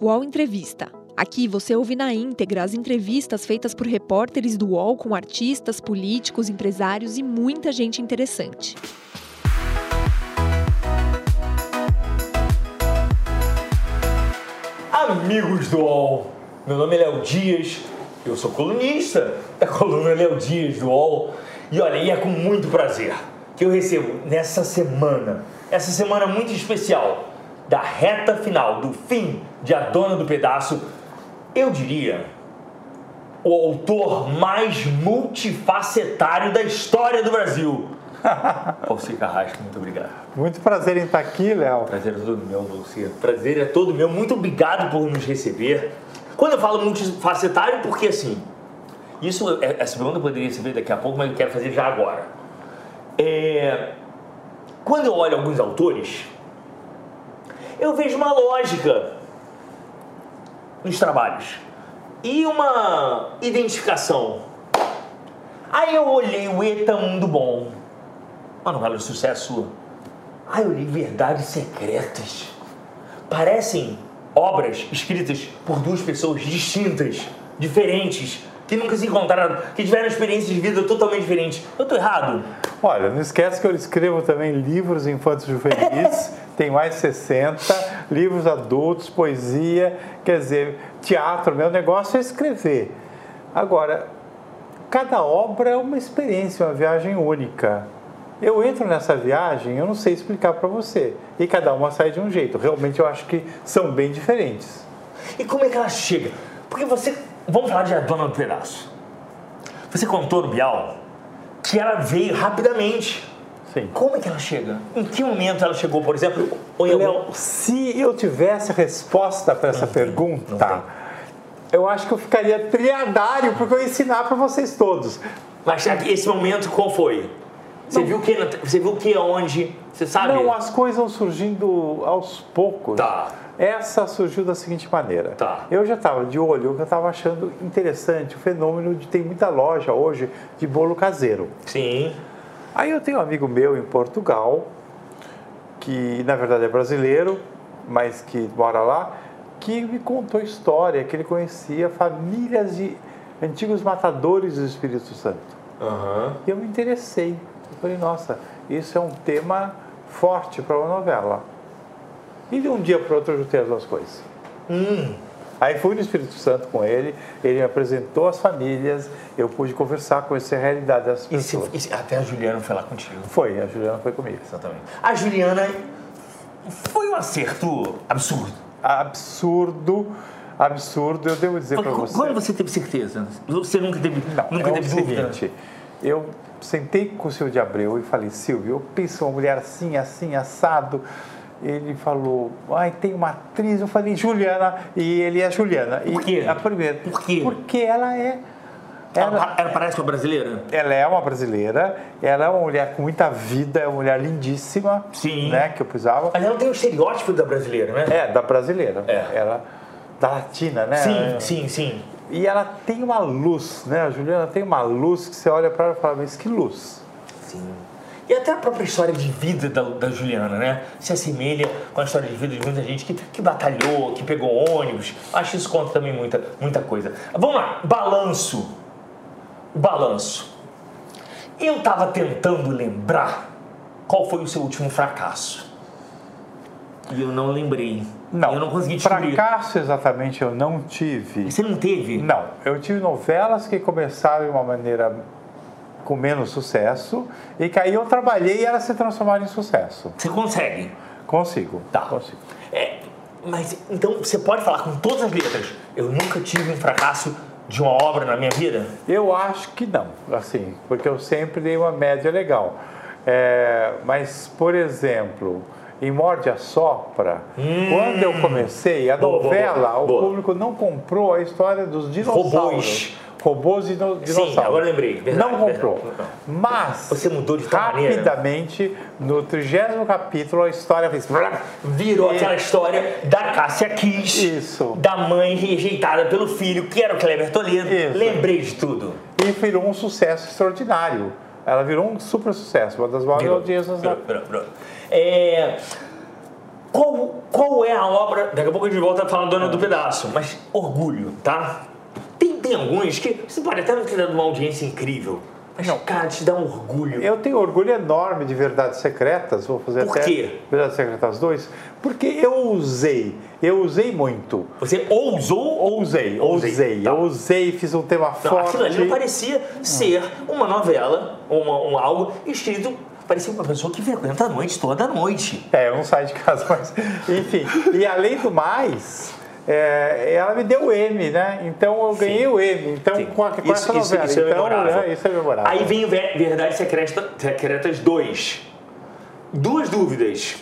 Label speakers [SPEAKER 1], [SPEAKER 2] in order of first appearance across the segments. [SPEAKER 1] UOL Entrevista. Aqui você ouve na íntegra as entrevistas feitas por repórteres do UOL com artistas, políticos, empresários e muita gente interessante.
[SPEAKER 2] Amigos do UOL, meu nome é Léo Dias, eu sou colunista da coluna Léo Dias do UOL e olha, e é com muito prazer que eu recebo nessa semana, essa semana muito especial, da reta final, do fim de A Dona do Pedaço, eu diria, o autor mais multifacetário da história do Brasil. Valci Carrasco, muito obrigado.
[SPEAKER 3] Muito prazer em estar aqui, Léo.
[SPEAKER 2] Prazer é todo meu, Valci. Prazer é todo meu. Muito obrigado por nos receber. Quando eu falo multifacetário, porque assim, isso, é- essa pergunta poderia ser feita daqui a pouco, mas eu quero fazer já agora. É, quando eu olho alguns autores, eu vejo uma lógica nos trabalhos e uma identificação. Aí eu olhei o Eta Mundo Bom, mas não vale sucesso. Aí eu olhei Verdades Secretas. Parecem obras escritas por duas pessoas distintas, diferentes, que nunca se encontraram, que tiveram experiências de vida totalmente diferentes. Eu tô errado?
[SPEAKER 3] Olha, não esquece que eu escrevo também livros infantos e juvenis, tem mais 60, livros adultos, poesia, quer dizer, teatro, meu negócio é escrever. Agora, cada obra é uma experiência, uma viagem única. Eu entro nessa viagem, eu não sei explicar para você. E cada uma sai de um jeito. Realmente eu acho que são bem diferentes.
[SPEAKER 2] E como é que ela chega? Porque você. Vamos falar de A Dona do Pedaço. Você contou no Bial que ela veio rapidamente.
[SPEAKER 3] Sim.
[SPEAKER 2] Como é que ela chega? Em que momento ela chegou, por exemplo? Ou em
[SPEAKER 3] Léo,
[SPEAKER 2] algum-
[SPEAKER 3] se eu tivesse resposta para essa pergunta,
[SPEAKER 2] tem.
[SPEAKER 3] eu acho que eu ficaria triadário, porque eu ia ensinar para vocês todos.
[SPEAKER 2] Mas esse momento qual foi? Você viu o que? na- Você viu o que onde? Você sabe?
[SPEAKER 3] Não, as coisas vão surgindo aos poucos.
[SPEAKER 2] Tá.
[SPEAKER 3] Essa surgiu da seguinte maneira.
[SPEAKER 2] Tá.
[SPEAKER 3] Eu já estava de olho, eu estava achando interessante o fenômeno de tem muita loja hoje de bolo caseiro.
[SPEAKER 2] Sim.
[SPEAKER 3] Aí eu tenho um amigo meu em Portugal, que na verdade é brasileiro, mas que mora lá, que me contou a história que ele conhecia famílias de antigos matadores do Espírito Santo.
[SPEAKER 2] Aham.
[SPEAKER 3] E eu me interessei. Eu falei, nossa, isso é um tema forte para uma novela. E de um dia para o outro eu juntei as duas coisas. Aí fui no Espírito Santo com ele, ele me apresentou as famílias, eu pude conversar, conhecer a realidade das
[SPEAKER 2] E se-
[SPEAKER 3] pessoas.
[SPEAKER 2] e se- até a Juliana foi lá contigo.
[SPEAKER 3] Foi, a Juliana foi comigo.
[SPEAKER 2] Exatamente. A Juliana foi um acerto absurdo.
[SPEAKER 3] absurdo, absurdo. Eu devo dizer para você.
[SPEAKER 2] Quando você teve certeza? Você nunca teve,
[SPEAKER 3] Não,
[SPEAKER 2] nunca
[SPEAKER 3] é
[SPEAKER 2] teve
[SPEAKER 3] o
[SPEAKER 2] dúvida?
[SPEAKER 3] seguinte, eu sentei com o Silvio de Abreu e falei, Silvio, eu penso uma mulher assim, assim, assado. Ele falou, ai, tem uma atriz. Eu falei, Juliana, e ele é Juliana. E
[SPEAKER 2] Por quê?
[SPEAKER 3] A primeira.
[SPEAKER 2] Por quê? Tá
[SPEAKER 3] Porque ela é.
[SPEAKER 2] Ela,
[SPEAKER 3] Ela,
[SPEAKER 2] pa- ela parece uma brasileira?
[SPEAKER 3] ela é uma brasileira, ela é uma mulher com muita vida, é uma mulher lindíssima,
[SPEAKER 2] Sim.
[SPEAKER 3] né? Que eu precisava.
[SPEAKER 2] Mas ela tem o estereótipo da brasileira, né?
[SPEAKER 3] É, da brasileira.
[SPEAKER 2] É.
[SPEAKER 3] Ela. Da latina, né?
[SPEAKER 2] Sim, sim, sim.
[SPEAKER 3] E ela tem uma luz, né? A Juliana tem uma luz que você olha para ela e fala, mas que luz?
[SPEAKER 2] Sim. E até a própria história de vida da, da Juliana, né? Se assemelha com a história de vida de muita gente que, que batalhou, que pegou ônibus. Acho que isso conta também muita, muita coisa. Vamos lá, balanço. O balanço. Eu tava tentando lembrar qual foi o seu último fracasso. E eu não lembrei. Eu não consegui descobrir.
[SPEAKER 3] Fracasso exatamente eu não tive.
[SPEAKER 2] Você não teve?
[SPEAKER 3] Não, eu tive novelas que começaram de uma maneira com menos sucesso e que aí eu trabalhei e elas se transformaram em sucesso.
[SPEAKER 2] Você consegue.
[SPEAKER 3] Consigo.
[SPEAKER 2] Tá.
[SPEAKER 3] Consigo.
[SPEAKER 2] É, mas então você pode falar com todas as letras. Eu nunca tive um fracasso de uma obra na minha vida.
[SPEAKER 3] Eu acho que não, assim, porque eu sempre dei uma média legal. É, mas, por exemplo, em Morde a Sopra, quando eu comecei a
[SPEAKER 2] Hum. Boa, boa, boa,
[SPEAKER 3] novela, o
[SPEAKER 2] boa.
[SPEAKER 3] público não comprou a história dos dinossauros. Robôs e dino- dinossauros.
[SPEAKER 2] agora lembrei, verdade,
[SPEAKER 3] não comprou.
[SPEAKER 2] verdade.
[SPEAKER 3] Mas,
[SPEAKER 2] Você mudou de tal maneira.
[SPEAKER 3] rapidamente, no 30 capítulo, a história fez...
[SPEAKER 2] Virou
[SPEAKER 3] É.
[SPEAKER 2] aquela história da Cássia Kiss,
[SPEAKER 3] Isso.
[SPEAKER 2] da mãe rejeitada pelo filho, que era o Kleber Toledo.
[SPEAKER 3] Isso.
[SPEAKER 2] Lembrei de tudo.
[SPEAKER 3] E virou um sucesso extraordinário. Ela virou um super sucesso, uma das maiores audiências da
[SPEAKER 2] Virou, virou, virou. É, Qual, qual é a obra? Daqui a pouco a gente volta a falar Dona
[SPEAKER 3] É.
[SPEAKER 2] do Pedaço, mas orgulho, tá? Tem, tem alguns que você pode até não ter dado uma audiência incrível, mas, cara, te dá um orgulho.
[SPEAKER 3] Eu tenho orgulho enorme de Verdades Secretas, vou fazer
[SPEAKER 2] Por
[SPEAKER 3] até
[SPEAKER 2] quê?
[SPEAKER 3] Verdades Secretas 2, porque eu usei, eu usei muito.
[SPEAKER 2] Você ousou ou
[SPEAKER 3] Usei, usei,
[SPEAKER 2] tá.
[SPEAKER 3] eu usei, fiz um tema
[SPEAKER 2] Não,
[SPEAKER 3] forte.
[SPEAKER 2] aquilo ali não parecia ser uma novela, uma, um algo escrito. Parecia uma pessoa que frequenta a noite toda a noite.
[SPEAKER 3] É, eu não saio de casa mais. Enfim, e além do mais, é, ela me deu o M, né? Então eu ganhei o M. Então,
[SPEAKER 2] Sim.
[SPEAKER 3] com, a, com essa novela.
[SPEAKER 2] isso é
[SPEAKER 3] então,
[SPEAKER 2] memorável.
[SPEAKER 3] né, isso é memorável.
[SPEAKER 2] Aí vem o Ver- Verdades Secreta- Secretas 2. Duas dúvidas.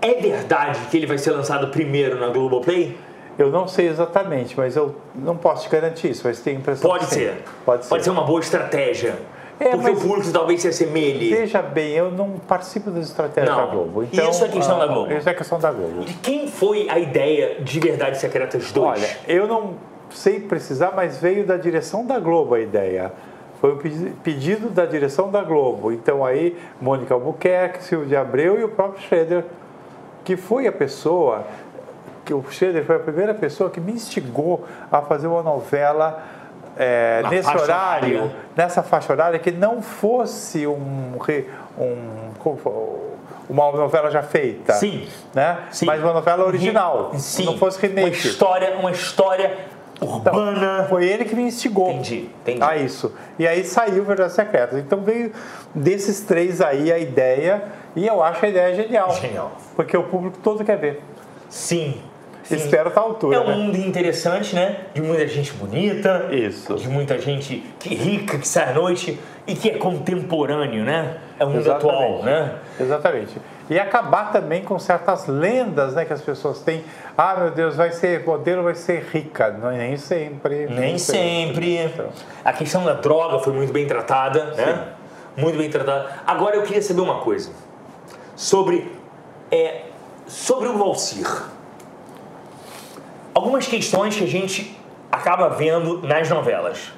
[SPEAKER 2] É verdade que ele vai ser lançado primeiro na Globoplay?
[SPEAKER 3] Eu não sei exatamente, mas eu não posso te garantir isso, mas tenho a impressão
[SPEAKER 2] Pode
[SPEAKER 3] que sim.
[SPEAKER 2] ser.
[SPEAKER 3] Pode ser.
[SPEAKER 2] uma boa estratégia.
[SPEAKER 3] É,
[SPEAKER 2] porque
[SPEAKER 3] mas-
[SPEAKER 2] o público talvez se assemelhe.
[SPEAKER 3] Veja bem, eu não participo das estratégias
[SPEAKER 2] Não.
[SPEAKER 3] da Globo. então,
[SPEAKER 2] Isso é questão da Globo.
[SPEAKER 3] Isso é questão da Globo.
[SPEAKER 2] De quem foi a ideia de Verdades Secretas 2?
[SPEAKER 3] Olha, eu não sei precisar, mas veio da direção da Globo a ideia. Foi um pedi- pedido da direção da Globo. Então aí, Mônica Albuquerque, Silvio de Abreu e o próprio Schroeder, que foi a pessoa, que o Schroeder foi a primeira pessoa que me instigou a fazer uma novela eh,
[SPEAKER 2] Na
[SPEAKER 3] nesse
[SPEAKER 2] faixa
[SPEAKER 3] horário,
[SPEAKER 2] horária.
[SPEAKER 3] nessa faixa horária, que não fosse um, re- um como foi? uma novela já feita,
[SPEAKER 2] Sim.
[SPEAKER 3] né?
[SPEAKER 2] Sim. Um
[SPEAKER 3] Mas uma novela original,
[SPEAKER 2] Re- Sim.
[SPEAKER 3] não fosse
[SPEAKER 2] Uma
[SPEAKER 3] remake.
[SPEAKER 2] história, uma história urbana.
[SPEAKER 3] Foi ele que me instigou
[SPEAKER 2] Entendi, entendi.
[SPEAKER 3] a isso. E aí saiu Verdades Secretas. Então veio desses três aí a ideia, e eu acho a ideia genial.
[SPEAKER 2] Genial.
[SPEAKER 3] Porque o público todo quer ver.
[SPEAKER 2] Sim. sim.
[SPEAKER 3] Espero estar à altura.
[SPEAKER 2] É um
[SPEAKER 3] né?
[SPEAKER 2] mundo interessante, né? De muita gente bonita.
[SPEAKER 3] Isso.
[SPEAKER 2] De muita gente que rica, que sai à noite e que é contemporâneo, né? É um mundo
[SPEAKER 3] Exatamente.
[SPEAKER 2] atual, né?
[SPEAKER 3] Exatamente. E acabar também com certas lendas né, que as pessoas têm. Ah, meu Deus, vai ser modelo, vai ser rica. Não, nem sempre.
[SPEAKER 2] Nem sempre.
[SPEAKER 3] Então,
[SPEAKER 2] A questão da droga foi muito bem tratada, né? Muito bem tratada. Agora eu queria saber uma coisa. Sobre. É, sobre o Valsir. Algumas questões que a gente acaba vendo nas novelas.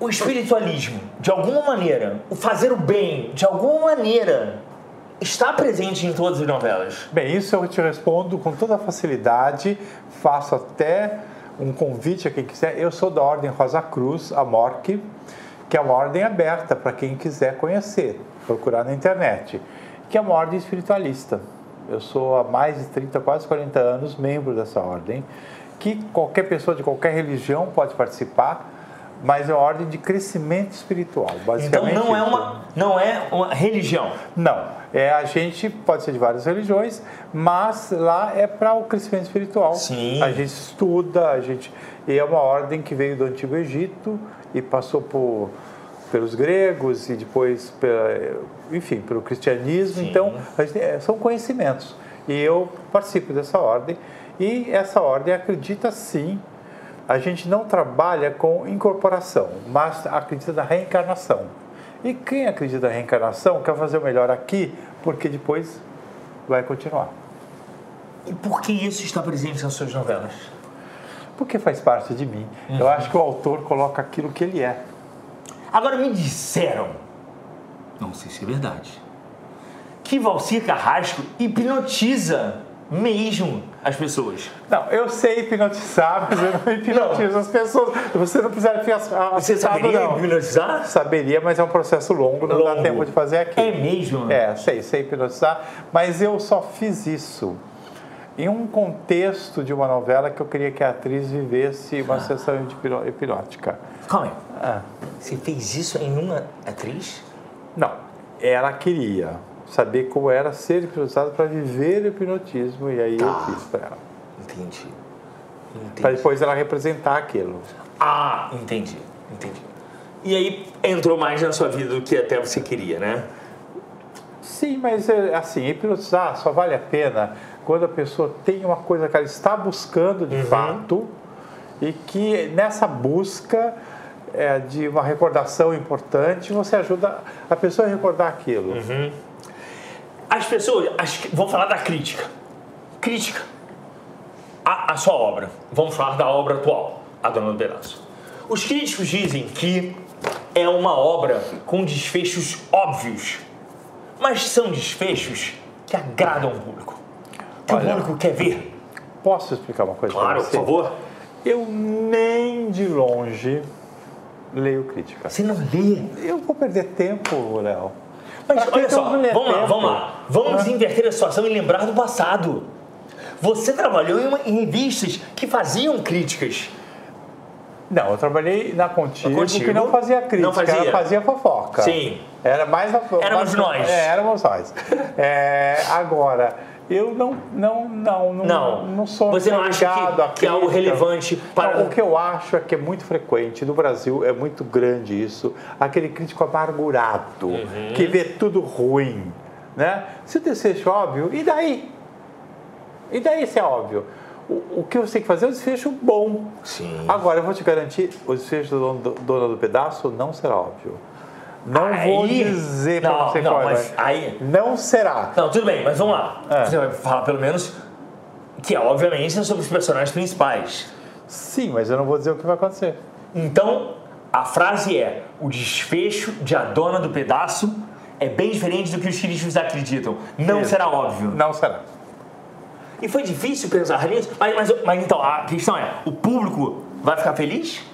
[SPEAKER 2] O espiritualismo, de alguma maneira, o fazer o bem, de alguma maneira, está presente em todas as novelas.
[SPEAKER 3] Bem, isso eu te respondo com toda facilidade. Faço até um convite a quem quiser. Eu sou da Ordem Rosa Cruz, a MORC, que é uma ordem aberta para quem quiser conhecer, procurar na internet, que é uma ordem espiritualista. Eu sou há mais de 30, quase 40 anos membro dessa ordem, que qualquer pessoa de qualquer religião pode participar, mas é uma ordem de crescimento espiritual,
[SPEAKER 2] Então
[SPEAKER 3] basicamente.
[SPEAKER 2] não é
[SPEAKER 3] isso.
[SPEAKER 2] uma, não é uma religião.
[SPEAKER 3] Não. É, a gente pode ser de várias religiões, mas lá é para o crescimento espiritual.
[SPEAKER 2] Sim.
[SPEAKER 3] A gente estuda, a gente. E é uma ordem que veio do Antigo Egito e passou por, pelos gregos e depois, pela, enfim, pelo cristianismo. Então, a gente- é, são conhecimentos. E eu participo dessa ordem. E essa ordem acredita sim. A gente não trabalha com incorporação, mas acredita na reencarnação. E quem acredita na reencarnação quer fazer o melhor aqui, porque depois vai continuar.
[SPEAKER 2] E por que isso está presente nas suas novelas?
[SPEAKER 3] Porque faz parte de mim. Eu acho que o autor coloca aquilo que ele é.
[SPEAKER 2] Agora me disseram, não sei se é verdade, que Valcir Carrasco hipnotiza mesmo as pessoas.
[SPEAKER 3] Não, eu sei hipnotizar, mas eu não hipnotizo as pessoas. Você não precisa ficar Tá,
[SPEAKER 2] Você saberia
[SPEAKER 3] não.
[SPEAKER 2] hipnotizar?
[SPEAKER 3] Saberia, mas é um processo longo, não dá
[SPEAKER 2] Longo.
[SPEAKER 3] tempo de fazer aqui.
[SPEAKER 2] É mesmo?
[SPEAKER 3] É, sei, sei hipnotizar, mas eu só fiz isso em um contexto de uma novela que eu queria que a atriz vivesse uma sessão de hipno- hipnótica.
[SPEAKER 2] Calma aí.
[SPEAKER 3] Ah.
[SPEAKER 2] Você fez isso em uma atriz?
[SPEAKER 3] Não, ela queria saber como era ser hipnotizada para viver o hipnotismo e aí
[SPEAKER 2] Tá.
[SPEAKER 3] eu fiz para ela.
[SPEAKER 2] Entendi.
[SPEAKER 3] Para
[SPEAKER 2] Entendi.
[SPEAKER 3] depois ela representar aquilo.
[SPEAKER 2] Ah, entendi. Entendi. E aí entrou mais na sua vida do que até você queria, né?
[SPEAKER 3] Sim, mas é, assim, hipnotizar só vale a pena quando a pessoa tem uma coisa que ela está buscando
[SPEAKER 2] Uhum.
[SPEAKER 3] de fato e que nessa busca é, de uma recordação importante você ajuda a pessoa a recordar aquilo.
[SPEAKER 2] Uhum. As pessoas. As, vamos falar da crítica. Crítica. A, a sua obra. Vamos falar da obra atual, A Dona do Pedaço. Os críticos dizem que é uma obra com desfechos óbvios. Mas são desfechos que agradam o público? Que
[SPEAKER 3] Olha-
[SPEAKER 2] o público quer ver?
[SPEAKER 3] Posso explicar uma coisa
[SPEAKER 2] Claro,
[SPEAKER 3] pra
[SPEAKER 2] por
[SPEAKER 3] você?
[SPEAKER 2] favor.
[SPEAKER 3] Eu nem de longe leio crítica.
[SPEAKER 2] Você não lê.
[SPEAKER 3] Eu vou perder tempo, Léo.
[SPEAKER 2] Mas
[SPEAKER 3] Pra que
[SPEAKER 2] olha
[SPEAKER 3] que eu
[SPEAKER 2] só,
[SPEAKER 3] vou ler
[SPEAKER 2] vamos lá,
[SPEAKER 3] tempo?
[SPEAKER 2] vamos lá. Vamos inverter a situação e lembrar do passado. Você trabalhou em, uma- em revistas que faziam críticas.
[SPEAKER 3] Não, eu trabalhei na Contigo,
[SPEAKER 2] Na Contigo.
[SPEAKER 3] que não fazia crítica,
[SPEAKER 2] Não fazia?
[SPEAKER 3] ela fazia fofoca.
[SPEAKER 2] Sim.
[SPEAKER 3] Era mais a
[SPEAKER 2] Éramos
[SPEAKER 3] mais-
[SPEAKER 2] nós.
[SPEAKER 3] É, éramos nós. É, agora, eu não, não, não, não,
[SPEAKER 2] Não.
[SPEAKER 3] não sou
[SPEAKER 2] Você não acha
[SPEAKER 3] ligado
[SPEAKER 2] que-
[SPEAKER 3] à
[SPEAKER 2] que é algo
[SPEAKER 3] crítica.
[SPEAKER 2] relevante para-
[SPEAKER 3] Não, o que eu acho é que é muito frequente, no Brasil é muito grande isso, aquele crítico amargurado,
[SPEAKER 2] Uhum.
[SPEAKER 3] que vê tudo ruim, né? Se o desejo óbvio, e daí? E daí isso é óbvio. O, o que você tem que fazer é um desfecho bom.
[SPEAKER 2] Sim.
[SPEAKER 3] Agora, eu vou te garantir, o desfecho do dono do, dono do pedaço não será óbvio. Não vou
[SPEAKER 2] Aí-
[SPEAKER 3] dizer pra
[SPEAKER 2] Não,
[SPEAKER 3] você
[SPEAKER 2] não,
[SPEAKER 3] qual
[SPEAKER 2] mas
[SPEAKER 3] é.
[SPEAKER 2] aí-
[SPEAKER 3] Não será.
[SPEAKER 2] Não, tudo bem, mas vamos lá.
[SPEAKER 3] É.
[SPEAKER 2] Você vai falar pelo menos que é, obviamente, sobre os personagens principais.
[SPEAKER 3] Sim, mas eu não vou dizer o que vai acontecer.
[SPEAKER 2] Então, a frase é: o desfecho de A Dona do Pedaço é bem diferente do que os críticos acreditam. Não
[SPEAKER 3] Isso.
[SPEAKER 2] será óbvio.
[SPEAKER 3] Não será.
[SPEAKER 2] E foi difícil pensar nisso, mas, mas, mas então, a questão é, o público vai ficar feliz?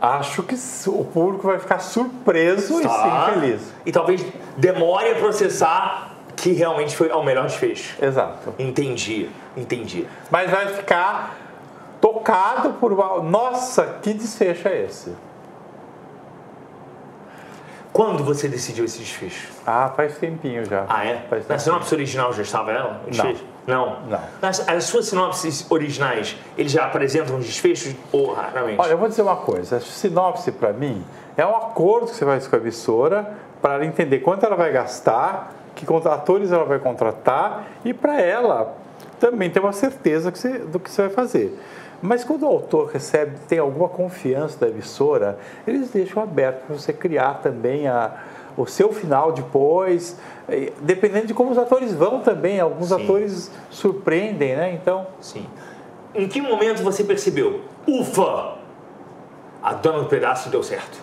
[SPEAKER 3] Acho que s- o público vai ficar surpreso
[SPEAKER 2] Tá.
[SPEAKER 3] e sim feliz.
[SPEAKER 2] E talvez demore a processar que realmente foi o melhor desfecho.
[SPEAKER 3] Exato.
[SPEAKER 2] Entendi, entendi.
[SPEAKER 3] Mas vai ficar tocado por uma. Nossa, que desfecho é esse?
[SPEAKER 2] Quando você decidiu esse desfecho?
[SPEAKER 3] Ah, faz tempinho já.
[SPEAKER 2] Ah, é?
[SPEAKER 3] Faz
[SPEAKER 2] Na
[SPEAKER 3] tempinho.
[SPEAKER 2] sinopse original já estava ela? o desfecho? Não.
[SPEAKER 3] Não.
[SPEAKER 2] Nas, as suas sinopses originais, eles já apresentam os desfechos ou raramente?
[SPEAKER 3] Olha, eu vou dizer uma coisa. A sinopse, para mim, é um acordo que você faz com a emissora para ela entender quanto ela vai gastar, que contra- atores ela vai contratar e para ela também ter uma certeza que você- do que você vai fazer. Mas quando o autor recebe, tem alguma confiança da emissora, eles deixam aberto para você criar também a- o seu final depois, eh, dependendo de como os atores vão também. Alguns
[SPEAKER 2] Sim.
[SPEAKER 3] atores surpreendem, né? Então,
[SPEAKER 2] Sim. Em que momento você percebeu? Ufa! A dona do pedaço deu certo.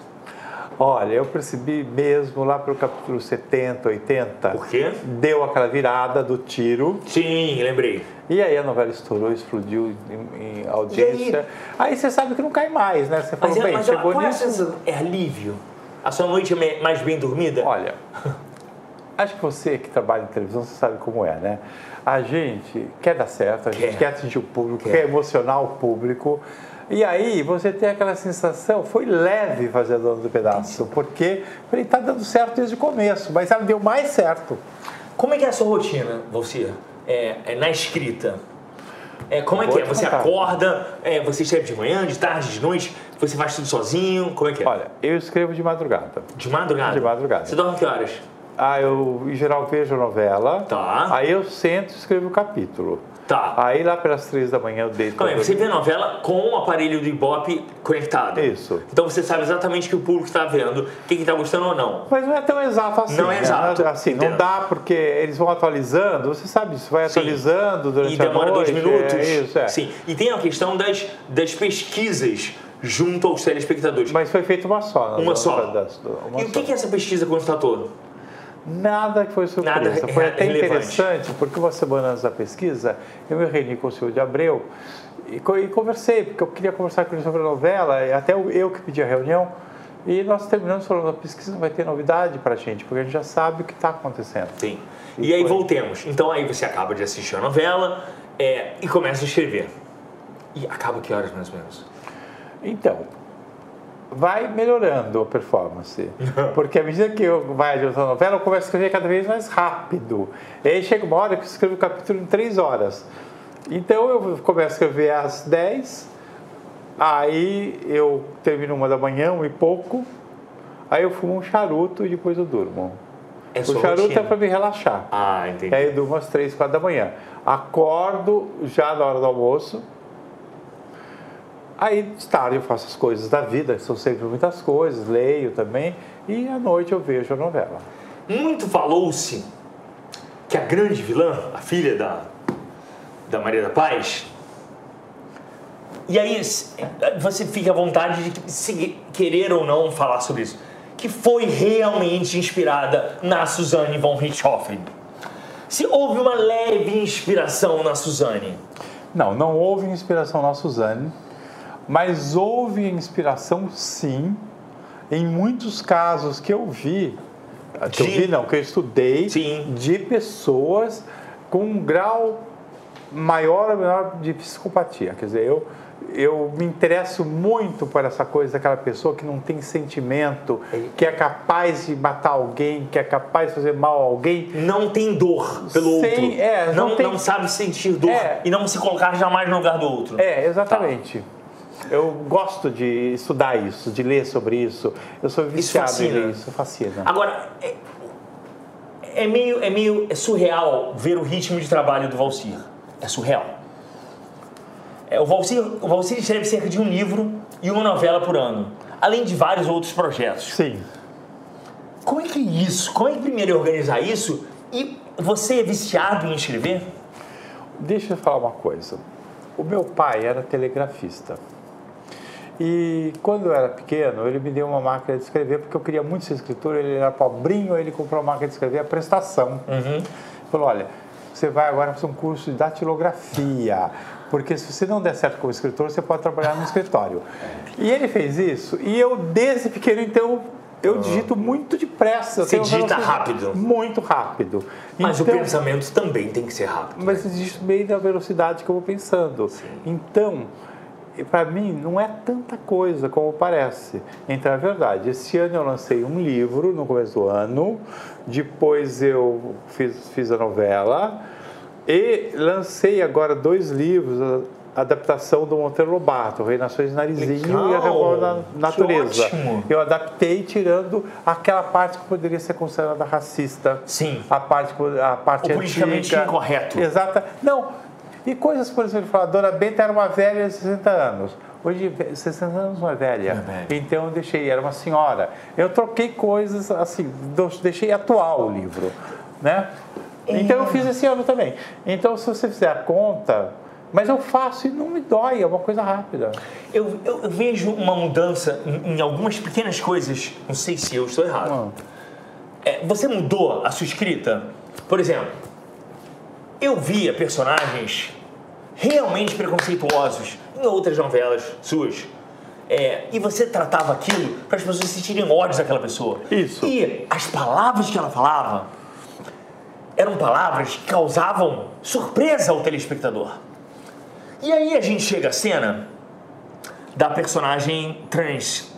[SPEAKER 3] Olha, eu percebi mesmo lá pelo capítulo 70, 80.
[SPEAKER 2] Por quê?
[SPEAKER 3] Deu aquela virada do tiro.
[SPEAKER 2] Sim, lembrei.
[SPEAKER 3] E aí a novela estourou, explodiu em, em audiência. Aí? você sabe que não cai mais, né? Você falou,
[SPEAKER 2] Mas, é,
[SPEAKER 3] bem,
[SPEAKER 2] mas é,
[SPEAKER 3] chegou
[SPEAKER 2] qual é a
[SPEAKER 3] nisso.
[SPEAKER 2] sensação? É alívio? A sua noite é me- mais bem dormida?
[SPEAKER 3] Olha, acho que você que trabalha em televisão, você sabe como é, né? A gente quer dar certo, a gente
[SPEAKER 2] Quer.
[SPEAKER 3] quer atingir o público,
[SPEAKER 2] Quer.
[SPEAKER 3] quer emocionar o público. E aí você tem aquela sensação, foi leve fazer a dona do pedaço, porque ele está dando certo desde o começo, mas ela deu mais certo.
[SPEAKER 2] Como é que é a sua rotina, você? É, é na escrita. É, como é
[SPEAKER 3] Vou
[SPEAKER 2] que é?
[SPEAKER 3] te
[SPEAKER 2] Você
[SPEAKER 3] contar.
[SPEAKER 2] acorda, é, você escreve de manhã, de tarde, de noite, você faz tudo sozinho, como é que é?
[SPEAKER 3] Olha, eu escrevo de madrugada.
[SPEAKER 2] de madrugada?
[SPEAKER 3] de madrugada.
[SPEAKER 2] Você dorme que horas?
[SPEAKER 3] Ah, eu em geral vejo a novela.
[SPEAKER 2] Tá.
[SPEAKER 3] Aí eu sento e escrevo o capítulo.
[SPEAKER 2] Tá.
[SPEAKER 3] Aí lá pelas três da manhã eu deito.
[SPEAKER 2] Calma aí,
[SPEAKER 3] pra
[SPEAKER 2] você
[SPEAKER 3] dormir.
[SPEAKER 2] vê a novela com o aparelho do Ibope conectado.
[SPEAKER 3] Isso.
[SPEAKER 2] Então você sabe exatamente o que o público está vendo, o que está gostando ou não.
[SPEAKER 3] Mas não é tão exato assim.
[SPEAKER 2] Não é
[SPEAKER 3] né?
[SPEAKER 2] exato.
[SPEAKER 3] Assim,
[SPEAKER 2] Entendo.
[SPEAKER 3] não dá porque eles vão atualizando. Você sabe isso, vai
[SPEAKER 2] Sim.
[SPEAKER 3] atualizando durante
[SPEAKER 2] E
[SPEAKER 3] a
[SPEAKER 2] demora dois
[SPEAKER 3] noite.
[SPEAKER 2] minutos.
[SPEAKER 3] É isso, é.
[SPEAKER 2] Sim. E tem a questão das, das pesquisas junto aos telespectadores.
[SPEAKER 3] Mas foi feita uma só. na
[SPEAKER 2] uma
[SPEAKER 3] nossa-
[SPEAKER 2] só.
[SPEAKER 3] das- uma
[SPEAKER 2] e o
[SPEAKER 3] só.
[SPEAKER 2] que, que essa pesquisa tá constatou?
[SPEAKER 3] Nada que foi surpresa.
[SPEAKER 2] Nada
[SPEAKER 3] foi
[SPEAKER 2] re-
[SPEAKER 3] até
[SPEAKER 2] relevante.
[SPEAKER 3] interessante, porque uma semana antes da pesquisa, eu me reuni com o senhor de Abreu e, co- e conversei, porque eu queria conversar com ele sobre a novela, e até eu, eu que pedi a reunião. E nós terminamos falando, a pesquisa não vai ter novidade para a gente, porque a gente já sabe o que está acontecendo.
[SPEAKER 2] Sim.
[SPEAKER 3] E
[SPEAKER 2] E, aí
[SPEAKER 3] foi.
[SPEAKER 2] voltemos. Então aí você acaba de assistir a novela é, e começa a escrever. E acaba que horas mais ou menos?
[SPEAKER 3] Então, vai melhorando a performance. Porque à medida que eu vai adiantando a novela, eu começo a escrever cada vez mais rápido. E aí chega uma hora que eu escrevo o capítulo em três horas. Então eu começo a escrever às 10, aí eu termino uma da manhã, um e pouco, aí eu fumo um charuto e depois eu durmo.
[SPEAKER 2] É
[SPEAKER 3] o
[SPEAKER 2] sua
[SPEAKER 3] charuto
[SPEAKER 2] rotina.
[SPEAKER 3] é para me relaxar.
[SPEAKER 2] Ah, entendi.
[SPEAKER 3] E aí eu durmo às três, quatro da manhã. Acordo já na hora do almoço. Aí de tarde eu faço as coisas da vida, que são sempre muitas coisas, leio também. E à noite eu vejo a novela.
[SPEAKER 2] Muito falou-se que a grande vilã, a filha da, da Maria da Paz. E aí s- você fica à vontade de se querer ou não falar sobre isso. Que foi realmente inspirada na Suzanne von Richthofen. Se houve uma leve inspiração na Suzane.
[SPEAKER 3] Não, não houve inspiração na Suzane, mas houve inspiração sim, em muitos casos que eu vi, que eu
[SPEAKER 2] De-
[SPEAKER 3] vi não, que eu estudei,
[SPEAKER 2] Sim.
[SPEAKER 3] de pessoas com um grau maior ou menor de psicopatia. Quer dizer, eu, eu me interesso muito por essa coisa daquela pessoa que não tem sentimento, que é capaz de matar alguém, que é capaz de fazer mal a alguém,
[SPEAKER 2] Não tem dor pelo
[SPEAKER 3] Sem-
[SPEAKER 2] outro.
[SPEAKER 3] é,
[SPEAKER 2] não,
[SPEAKER 3] não tem-
[SPEAKER 2] não sabe sentir dor
[SPEAKER 3] É.
[SPEAKER 2] e não se colocar jamais no lugar do outro.
[SPEAKER 3] É, exatamente. Eu gosto de estudar isso, de ler sobre isso. Eu sou viciado em
[SPEAKER 2] fascina.
[SPEAKER 3] ler isso, fascina.
[SPEAKER 2] Agora, é, é meio, é meio é surreal ver o ritmo de trabalho do Valsir. É surreal. É, o, Valsir, o Valsir escreve cerca de um livro e uma novela por ano, além de vários outros projetos.
[SPEAKER 3] Sim.
[SPEAKER 2] Como é que é isso? Como é que primeiro é organizar isso? E você é viciado em escrever?
[SPEAKER 3] Deixa eu falar uma coisa. O meu pai era telegrafista. E quando eu era pequeno, ele me deu uma máquina de escrever, porque eu queria muito ser escritor, ele era pobrinho, ele comprou uma máquina de escrever a prestação.
[SPEAKER 2] Uhum.
[SPEAKER 3] Falou, olha, você vai agora fazer um curso de datilografia, porque se você não der certo como escritor, você pode trabalhar no escritório. E ele fez isso, e eu desde pequeno, então, eu digito muito depressa. eu
[SPEAKER 2] Ah. Você
[SPEAKER 3] tenho uma
[SPEAKER 2] digita
[SPEAKER 3] velocidade
[SPEAKER 2] rápido.
[SPEAKER 3] Muito rápido.
[SPEAKER 2] Mas
[SPEAKER 3] Então-
[SPEAKER 2] o pensamento também tem que ser rápido. né?
[SPEAKER 3] mas existe bem da velocidade que eu vou pensando. Então, para mim, não é tanta coisa como parece. Então, é verdade. Esse ano eu lancei um livro, no começo do ano, depois eu fiz, fiz a novela e lancei agora dois livros, a adaptação do Monteiro Lobato, Reinações de Narizinho e a
[SPEAKER 2] Legal!
[SPEAKER 3] Revolta da
[SPEAKER 2] Que
[SPEAKER 3] Natureza.
[SPEAKER 2] ótimo!
[SPEAKER 3] Eu adaptei tirando aquela parte que poderia ser considerada racista
[SPEAKER 2] Sim.
[SPEAKER 3] a parte, a parte
[SPEAKER 2] O politicamente
[SPEAKER 3] antiga.
[SPEAKER 2] incorreto.
[SPEAKER 3] Exata. Não. E coisas, por exemplo, falar, Dona Benta era uma velha de 60 anos. Hoje, ve- 60 anos não é velha.
[SPEAKER 2] velha.
[SPEAKER 3] Então eu deixei, era uma senhora. Eu troquei coisas, assim, do- deixei atual o livro, né? Então eu fiz esse ano também. Então se você fizer a conta, mas eu faço e não me dói, é uma coisa rápida.
[SPEAKER 2] Eu, eu- eu vejo uma mudança em, em algumas pequenas coisas. Não sei se eu estou errado.
[SPEAKER 3] Hum.
[SPEAKER 2] É, você mudou a sua escrita? Por exemplo, eu via personagens realmente preconceituosos em outras novelas suas. É, e você tratava aquilo para as pessoas sentirem ódio daquela pessoa.
[SPEAKER 3] Isso.
[SPEAKER 2] E as palavras que ela falava eram palavras que causavam surpresa ao telespectador. E aí a gente chega à cena da personagem trans,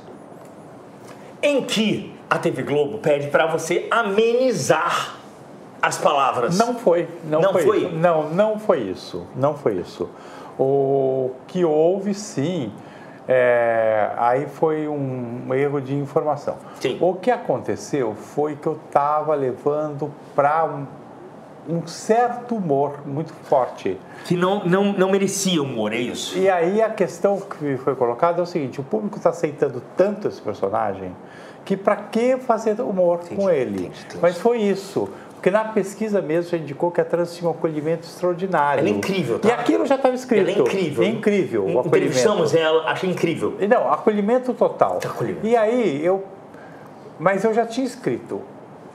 [SPEAKER 2] em que a TV Globo pede para você amenizar as palavras.
[SPEAKER 3] Não foi, não,
[SPEAKER 2] Não
[SPEAKER 3] foi.
[SPEAKER 2] foi?
[SPEAKER 3] isso. Não, não foi isso, não foi isso. O que houve, sim, é, aí foi um erro de informação.
[SPEAKER 2] Sim.
[SPEAKER 3] O que aconteceu foi que eu estava levando para um, um certo humor muito forte.
[SPEAKER 2] Que não, não, não merecia humor, é isso?
[SPEAKER 3] E aí a questão que me foi colocada é o seguinte: o público está aceitando tanto esse personagem que para que fazer humor com ele?
[SPEAKER 2] entendi.
[SPEAKER 3] Mas foi isso. Porque na pesquisa mesmo já indicou que a trans tinha um acolhimento extraordinário.
[SPEAKER 2] Ela é incrível, tá?
[SPEAKER 3] E aquilo já estava escrito.
[SPEAKER 2] Ela é incrível.
[SPEAKER 3] É incrível o acolhimento.
[SPEAKER 2] Entrevistamos ela, achei incrível.
[SPEAKER 3] E Não, acolhimento total.
[SPEAKER 2] Acolhimento.
[SPEAKER 3] E aí eu. Mas eu já tinha escrito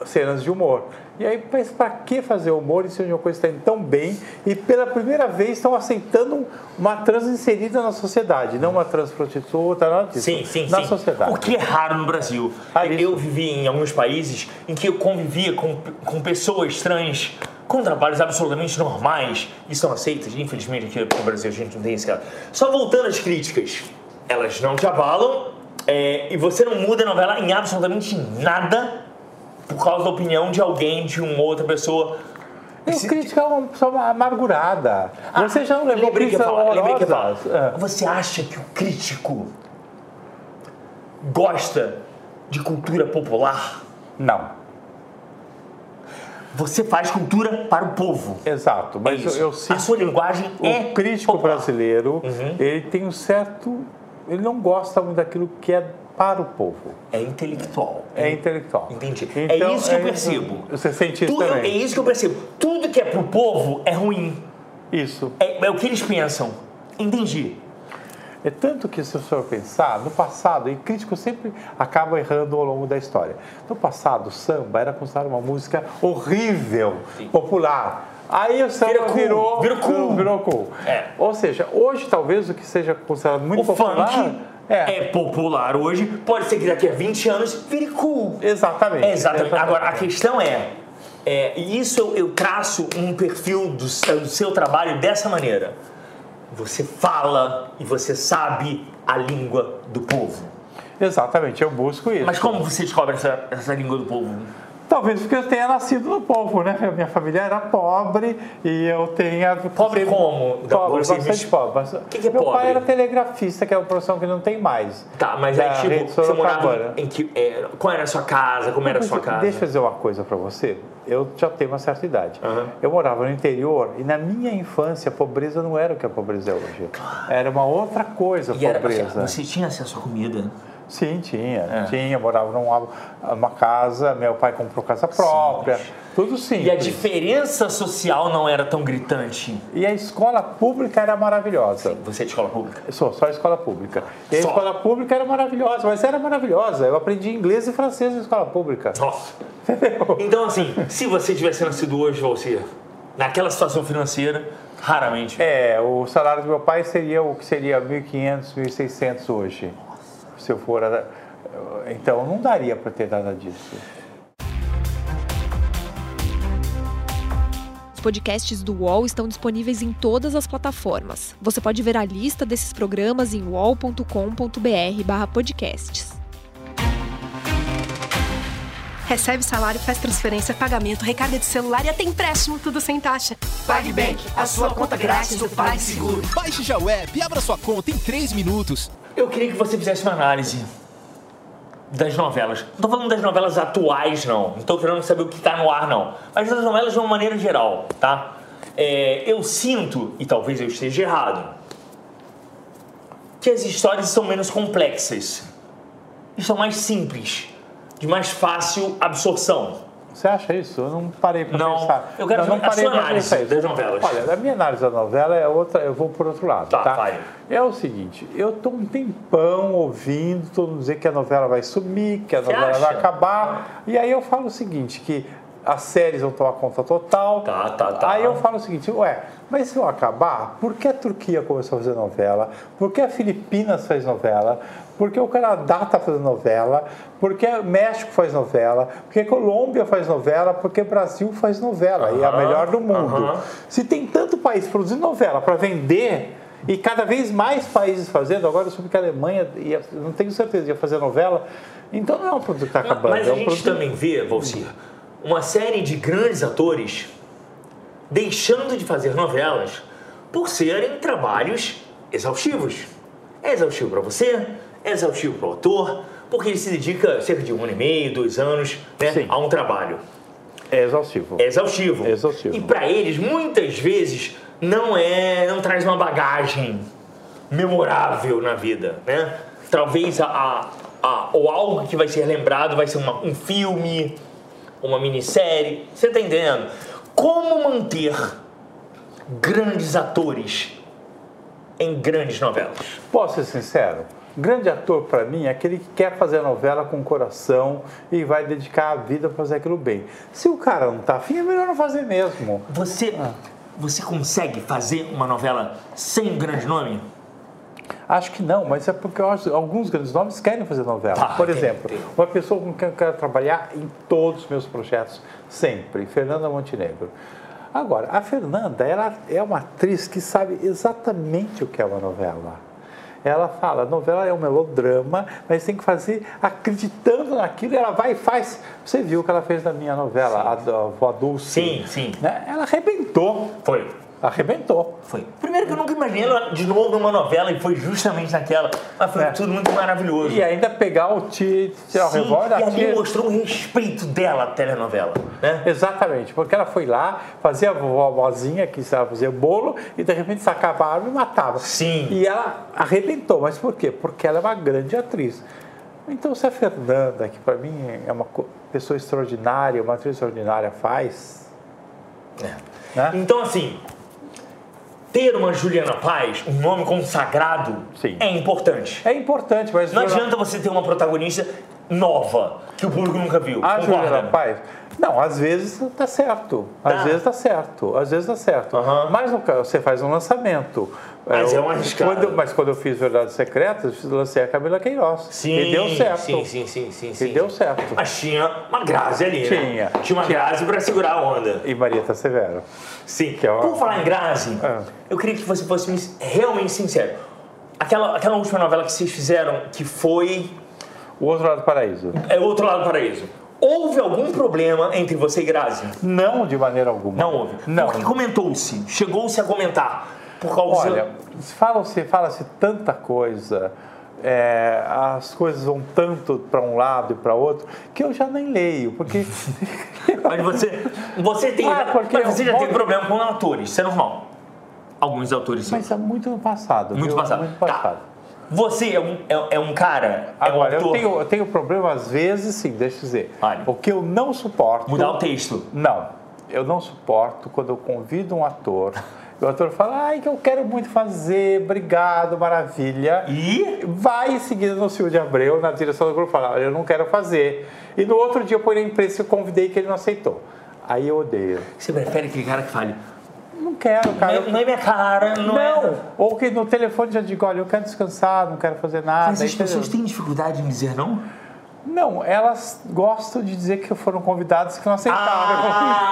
[SPEAKER 3] cenas de humor. E aí, mas para que fazer humor em cima de uma coisa que está indo tão bem e pela primeira vez estão aceitando uma trans inserida na sociedade, não uma trans prostituta, nada disso.
[SPEAKER 2] Sim, sim,
[SPEAKER 3] Na
[SPEAKER 2] sim.
[SPEAKER 3] sociedade.
[SPEAKER 2] O que é raro no Brasil.
[SPEAKER 3] Ah, isso.
[SPEAKER 2] eu vivi em alguns países em que eu convivia com, com pessoas trans com trabalhos absolutamente normais e são aceitas. Infelizmente, aqui no Brasil a gente não tem esse caso. Só voltando às críticas. Elas não te abalam é, e você não muda a novela em absolutamente nada por causa da opinião de alguém, de uma outra pessoa.
[SPEAKER 3] E o crítico é uma pessoa amargurada. Ah, Você já não levou
[SPEAKER 2] Ah, lembrei que eu ia
[SPEAKER 3] críticas
[SPEAKER 2] falar, lembrei que eu ia falar.
[SPEAKER 3] horrorosas? É.
[SPEAKER 2] Você acha que o crítico gosta de cultura popular?
[SPEAKER 3] Ah, Não.
[SPEAKER 2] Você faz cultura para o povo.
[SPEAKER 3] Exato.
[SPEAKER 2] É
[SPEAKER 3] Mas eu,
[SPEAKER 2] isso.
[SPEAKER 3] eu sinto
[SPEAKER 2] A sua linguagem
[SPEAKER 3] O
[SPEAKER 2] é Uhum.
[SPEAKER 3] crítico
[SPEAKER 2] popular.
[SPEAKER 3] brasileiro, ele tem um certo. Ele não gosta muito daquilo que é para o povo.
[SPEAKER 2] É intelectual.
[SPEAKER 3] É intelectual.
[SPEAKER 2] Uhum.
[SPEAKER 3] Então,
[SPEAKER 2] Entendi. É isso que eu percebo.
[SPEAKER 3] Você sente isso
[SPEAKER 2] Tudo- é
[SPEAKER 3] também?
[SPEAKER 2] isso que eu percebo. Tudo que é pro povo é ruim.
[SPEAKER 3] Isso.
[SPEAKER 2] É, é o que eles pensam. Entendi.
[SPEAKER 3] É tanto que, se o senhor pensar, no passado, e crítico sempre acaba errando ao longo da história. No passado, o samba era considerado uma música horrível,
[SPEAKER 2] Sim.
[SPEAKER 3] popular. Aí o samba
[SPEAKER 2] Vira cool,
[SPEAKER 3] virou,
[SPEAKER 2] vira cool.
[SPEAKER 3] virou cool.
[SPEAKER 2] É.
[SPEAKER 3] Ou seja, hoje talvez o que seja considerado muito
[SPEAKER 2] O
[SPEAKER 3] popular
[SPEAKER 2] funk é. popular hoje, pode ser que daqui a 20 anos vire cool.
[SPEAKER 3] Exatamente.
[SPEAKER 2] É, exatamente. Agora, a questão é, é, e isso eu, eu traço um perfil do, seu- do seu trabalho dessa maneira. Você fala e você sabe a língua do povo.
[SPEAKER 3] Exatamente, eu busco isso.
[SPEAKER 2] Mas como você descobre essa, essa língua do povo?
[SPEAKER 3] Talvez porque eu tenha nascido no povo, né? Minha família era pobre e eu tenha.
[SPEAKER 2] Pobre como? Da-
[SPEAKER 3] Pobre,
[SPEAKER 2] você
[SPEAKER 3] bastante
[SPEAKER 2] me-
[SPEAKER 3] pobre. Mas
[SPEAKER 2] que que é
[SPEAKER 3] Meu
[SPEAKER 2] pobre?
[SPEAKER 3] pai era telegrafista, que é uma profissão que não tem mais.
[SPEAKER 2] Tá, mas
[SPEAKER 3] Da
[SPEAKER 2] aí, tipo,
[SPEAKER 3] rede
[SPEAKER 2] você morava
[SPEAKER 3] Sorocabana.
[SPEAKER 2] em que... é, qual era a sua casa? Como era a sua casa?
[SPEAKER 3] Deixa eu dizer uma coisa pra você. Eu já tenho uma certa idade.
[SPEAKER 2] Aham.
[SPEAKER 3] Eu morava no interior e na minha infância a pobreza não era o que a pobreza é hoje. Era uma outra coisa a
[SPEAKER 2] E era, assim,
[SPEAKER 3] pobreza.
[SPEAKER 2] você tinha acesso à comida?
[SPEAKER 3] Sim, tinha.
[SPEAKER 2] É.
[SPEAKER 3] Tinha, morava numa, numa casa, meu pai comprou casa própria.
[SPEAKER 2] Sim.
[SPEAKER 3] Tudo sim.
[SPEAKER 2] E a diferença social não era tão gritante?
[SPEAKER 3] E a escola pública era maravilhosa.
[SPEAKER 2] Você é de escola pública?
[SPEAKER 3] Só, só a escola pública. E a
[SPEAKER 2] Só.
[SPEAKER 3] escola pública era maravilhosa, mas era maravilhosa. Eu aprendi inglês e francês na escola pública.
[SPEAKER 2] Nossa. Então, assim, se você tivesse nascido hoje, você, naquela situação financeira, raramente.
[SPEAKER 3] É, o salário do meu pai seria o que seria 1.500, 1.600 hoje. Se eu for. a- Então não daria para ter nada disso.
[SPEAKER 1] Os podcasts do UOL estão disponíveis em todas as plataformas. Você pode ver a lista desses programas em uol.com.br/podcasts.
[SPEAKER 4] Recebe salário, faz transferência, pagamento, recarga de celular e até empréstimo, tudo sem taxa.
[SPEAKER 5] PagBank, a sua conta grátis do PagSeguro.
[SPEAKER 6] Baixe já o app e abra sua conta em 3 minutos.
[SPEAKER 2] Eu queria que você fizesse uma análise das novelas. Não tô falando das novelas atuais, não. Não tô querendo saber o que tá no ar, não. Mas das novelas de uma maneira geral, tá? É, eu sinto, e talvez eu esteja errado, que as histórias são menos complexas. E são mais simples. De mais fácil absorção.
[SPEAKER 3] Você acha isso? Eu não parei para
[SPEAKER 2] Não,
[SPEAKER 3] pensar.
[SPEAKER 2] eu quero
[SPEAKER 3] não, não
[SPEAKER 2] saber a
[SPEAKER 3] parei
[SPEAKER 2] sua
[SPEAKER 3] pra
[SPEAKER 2] análise
[SPEAKER 3] pensar isso.
[SPEAKER 2] das novelas.
[SPEAKER 3] Olha, a minha análise da novela é outra, eu vou por outro lado.
[SPEAKER 2] Tá,
[SPEAKER 3] Tá,
[SPEAKER 2] vai.
[SPEAKER 3] É o seguinte, eu tô um tempão ouvindo todo mundo dizer que a novela vai sumir, que a
[SPEAKER 2] Você
[SPEAKER 3] novela
[SPEAKER 2] acha?
[SPEAKER 3] vai acabar. E aí eu falo o seguinte, que as séries vão tomar conta total.
[SPEAKER 2] Tá, tá, tá.
[SPEAKER 3] Aí eu falo o seguinte, ué, mas se eu acabar, por que a Turquia começou a fazer novela? Por que a Filipinas faz novela? Por que o Canadá tá fazendo novela? Por que o México faz novela? Por que a Colômbia faz novela? Por que o Brasil faz novela? E é a
[SPEAKER 2] Aham,
[SPEAKER 3] melhor do mundo.
[SPEAKER 2] aham.
[SPEAKER 3] Se tem tanto país produzindo novela para vender e cada vez mais países fazendo, agora eu soube que a Alemanha, ia, não tenho certeza, ia fazer novela, então não é um produto que está acabando.
[SPEAKER 2] Mas
[SPEAKER 3] é
[SPEAKER 2] a
[SPEAKER 3] um
[SPEAKER 2] gente
[SPEAKER 3] produto- Hum.
[SPEAKER 2] também vê, Valcir, uma série de grandes atores deixando de fazer novelas por serem trabalhos exaustivos. É exaustivo para você, é exaustivo para o ator, porque ele se dedica cerca de um ano e meio, dois anos né,
[SPEAKER 3] Sim.
[SPEAKER 2] a um trabalho.
[SPEAKER 3] É exaustivo.
[SPEAKER 2] É exaustivo.
[SPEAKER 3] É exaustivo.
[SPEAKER 2] E para eles, muitas vezes, não é, não traz uma bagagem memorável na vida, né? Talvez a, a, a- ou algo que vai ser lembrado vai ser uma- um filme, uma minissérie. Você tá entendendo? Como manter grandes atores em grandes novelas?
[SPEAKER 3] Posso ser sincero? Grande ator para mim é aquele que quer fazer a novela com coração e vai dedicar a vida para fazer aquilo bem. Se o cara não tá afim, é melhor não fazer mesmo.
[SPEAKER 2] Você, você consegue fazer uma novela sem um grande nome?
[SPEAKER 3] Acho que não, mas é porque eu acho- alguns grandes nomes querem fazer novela.
[SPEAKER 2] Tá,
[SPEAKER 3] Por
[SPEAKER 2] entendi,
[SPEAKER 3] exemplo,
[SPEAKER 2] entendi.
[SPEAKER 3] uma pessoa com quem eu quero trabalhar em todos os meus projetos, sempre, Fernanda Montenegro. Agora, a Fernanda, ela é uma atriz que sabe exatamente o que é uma novela. Ela fala, novela é um melodrama, mas tem que fazer acreditando naquilo, e ela vai e faz. Você viu o que ela fez na minha novela, a, do- a Vó Dulce.
[SPEAKER 2] Sim, sim.
[SPEAKER 3] Né? Ela arrebentou,
[SPEAKER 2] Foi.
[SPEAKER 3] arrebentou.
[SPEAKER 2] Foi. Primeiro que eu nunca imaginei ela de novo numa novela e foi justamente naquela. Mas foi
[SPEAKER 3] É.
[SPEAKER 2] tudo muito maravilhoso.
[SPEAKER 3] E ainda pegar o tiro, tirar o
[SPEAKER 2] Sim,
[SPEAKER 3] revólver,
[SPEAKER 2] e ali
[SPEAKER 3] atira-
[SPEAKER 2] mostrou o respeito dela à telenovela, né?
[SPEAKER 3] Exatamente, porque ela foi lá, fazia a vovozinha que sabe fazer bolo e de repente sacava a arma e matava.
[SPEAKER 2] Sim.
[SPEAKER 3] E ela arrebentou, mas por quê? Porque ela é uma grande atriz. Então se a Fernanda, que para mim é uma co- pessoa extraordinária, uma atriz extraordinária, faz, né?
[SPEAKER 2] Então, assim, ter uma Juliana Paz, um nome consagrado,
[SPEAKER 3] Sim.
[SPEAKER 2] é importante.
[SPEAKER 3] É importante, mas.
[SPEAKER 2] Não
[SPEAKER 3] jornal-
[SPEAKER 2] adianta você ter uma protagonista nova, que o público nunca viu.
[SPEAKER 3] A
[SPEAKER 2] Concorda?
[SPEAKER 3] Juliana Paz? Não, às vezes tá certo. Às
[SPEAKER 2] Tá.
[SPEAKER 3] vezes tá certo. Às vezes tá certo.
[SPEAKER 2] Aham.
[SPEAKER 3] Mas no caso, você faz um lançamento.
[SPEAKER 2] Mas
[SPEAKER 3] Eu-
[SPEAKER 2] é um arriscado.
[SPEAKER 3] quando eu- mas quando eu fiz Verdades Secretas, eu lancei a Camila Queiroz.
[SPEAKER 2] Sim,
[SPEAKER 3] E deu certo.
[SPEAKER 2] Sim, sim, sim, sim.
[SPEAKER 3] E
[SPEAKER 2] sim.
[SPEAKER 3] deu certo.
[SPEAKER 2] Mas tinha uma Grazi ali, né?
[SPEAKER 3] Tinha.
[SPEAKER 2] Tinha uma Grazi pra segurar a onda.
[SPEAKER 3] E tá Marieta Severo.
[SPEAKER 2] Sim.
[SPEAKER 3] Que é uma-
[SPEAKER 2] Por falar em Grazi,
[SPEAKER 3] Ah.
[SPEAKER 2] eu queria que você fosse me- realmente sincero. Aquela, aquela última novela que vocês fizeram, que foi
[SPEAKER 3] O outro lado do paraíso.
[SPEAKER 2] é, Outro Lado do Paraíso. Houve algum problema entre você e Grazi?
[SPEAKER 3] Não de maneira alguma.
[SPEAKER 2] Não houve.
[SPEAKER 3] Não.
[SPEAKER 2] Porque comentou-se, chegou-se a comentar. Por causa.
[SPEAKER 3] Olha, fala-se fala tanta coisa, é, as coisas vão tanto para um lado e para outro, que eu já nem leio, porque
[SPEAKER 2] Mas você, você tem.
[SPEAKER 3] Ah, porque
[SPEAKER 2] mas você
[SPEAKER 3] eu
[SPEAKER 2] já
[SPEAKER 3] vou-
[SPEAKER 2] teve problema com atores, isso é normal. Alguns autores sim.
[SPEAKER 3] mas é muito no passado.
[SPEAKER 2] Muito
[SPEAKER 3] viu? É
[SPEAKER 2] passado.
[SPEAKER 3] Muito passado.
[SPEAKER 2] Tá. Você é um, é, é um cara.
[SPEAKER 3] Agora,
[SPEAKER 2] é um
[SPEAKER 3] eu
[SPEAKER 2] ator.
[SPEAKER 3] tenho, eu tenho problema às vezes, sim, deixa eu dizer.
[SPEAKER 2] Olha.
[SPEAKER 3] O que eu não suporto.
[SPEAKER 2] Mudar o texto.
[SPEAKER 3] Não, eu não suporto quando eu convido um ator. E o ator fala, ai, que eu quero muito fazer, obrigado, maravilha.
[SPEAKER 2] E?
[SPEAKER 3] Vai em seguida no Silvio de Abreu, na direção do grupo, fala, "Olha, eu não quero fazer. E no outro dia eu ponho a imprensa que eu convidei que ele não aceitou. Aí eu odeio.
[SPEAKER 2] Você prefere aquele cara que fale.
[SPEAKER 3] Não quero, cara.
[SPEAKER 2] Não, é- não é minha cara, não, é.
[SPEAKER 3] Não! Ou que no telefone já digo, olha, eu quero descansar, não quero fazer nada.
[SPEAKER 2] Mas as
[SPEAKER 3] entendeu?
[SPEAKER 2] pessoas têm dificuldade em dizer não?
[SPEAKER 3] Não, elas gostam de dizer que foram convidados que não aceitaram.
[SPEAKER 2] Ah.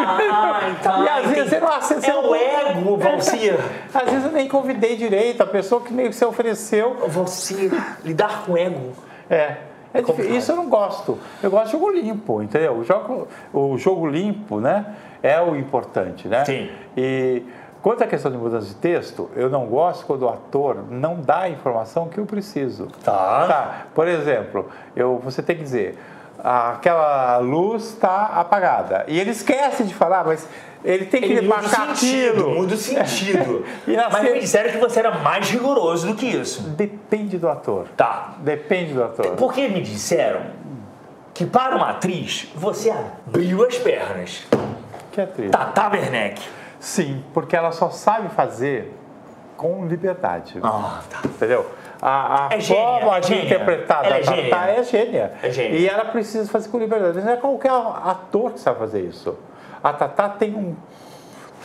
[SPEAKER 2] então.
[SPEAKER 3] e às vezes
[SPEAKER 2] entendi.
[SPEAKER 3] eu não aceitei.
[SPEAKER 2] É o ego, Valcir.
[SPEAKER 3] Às vezes eu nem convidei direito, a pessoa que meio que se ofereceu.
[SPEAKER 2] Valcir, lidar com ego.
[SPEAKER 3] É. é difí-
[SPEAKER 2] complicado.
[SPEAKER 3] isso eu não gosto. Eu gosto de jogo limpo, entendeu? O jogo, o jogo limpo, né? É o importante, né?
[SPEAKER 2] Sim.
[SPEAKER 3] E quanto à questão de mudança de texto, eu não gosto quando o ator não dá a informação que eu preciso.
[SPEAKER 2] Tá.
[SPEAKER 3] Tá. Por exemplo, eu, você tem que dizer, "Ah, aquela luz está apagada. E ele esquece de falar, mas ele tem que
[SPEAKER 2] Ele muda o
[SPEAKER 3] marcar
[SPEAKER 2] sentido,
[SPEAKER 3] aquilo.
[SPEAKER 2] muda o sentido.
[SPEAKER 3] E na
[SPEAKER 2] Mas
[SPEAKER 3] cena-
[SPEAKER 2] me disseram que você era mais rigoroso do que isso.
[SPEAKER 3] Depende do ator.
[SPEAKER 2] Tá.
[SPEAKER 3] Depende do ator.
[SPEAKER 2] Porque me disseram que para uma atriz, você abriu as pernas.
[SPEAKER 3] Que atriz.
[SPEAKER 2] Tata Werneck.
[SPEAKER 3] Sim, porque ela só sabe fazer com liberdade.
[SPEAKER 2] Ah, tá.
[SPEAKER 3] Entendeu? A, a
[SPEAKER 2] É gênia,
[SPEAKER 3] forma
[SPEAKER 2] é
[SPEAKER 3] de
[SPEAKER 2] gênia.
[SPEAKER 3] interpretar
[SPEAKER 2] Ela
[SPEAKER 3] da
[SPEAKER 2] é gênia.
[SPEAKER 3] Tatá é gênia.
[SPEAKER 2] É gênia.
[SPEAKER 3] E ela precisa fazer com liberdade. Não é qualquer ator que sabe fazer isso. A Tatá tem um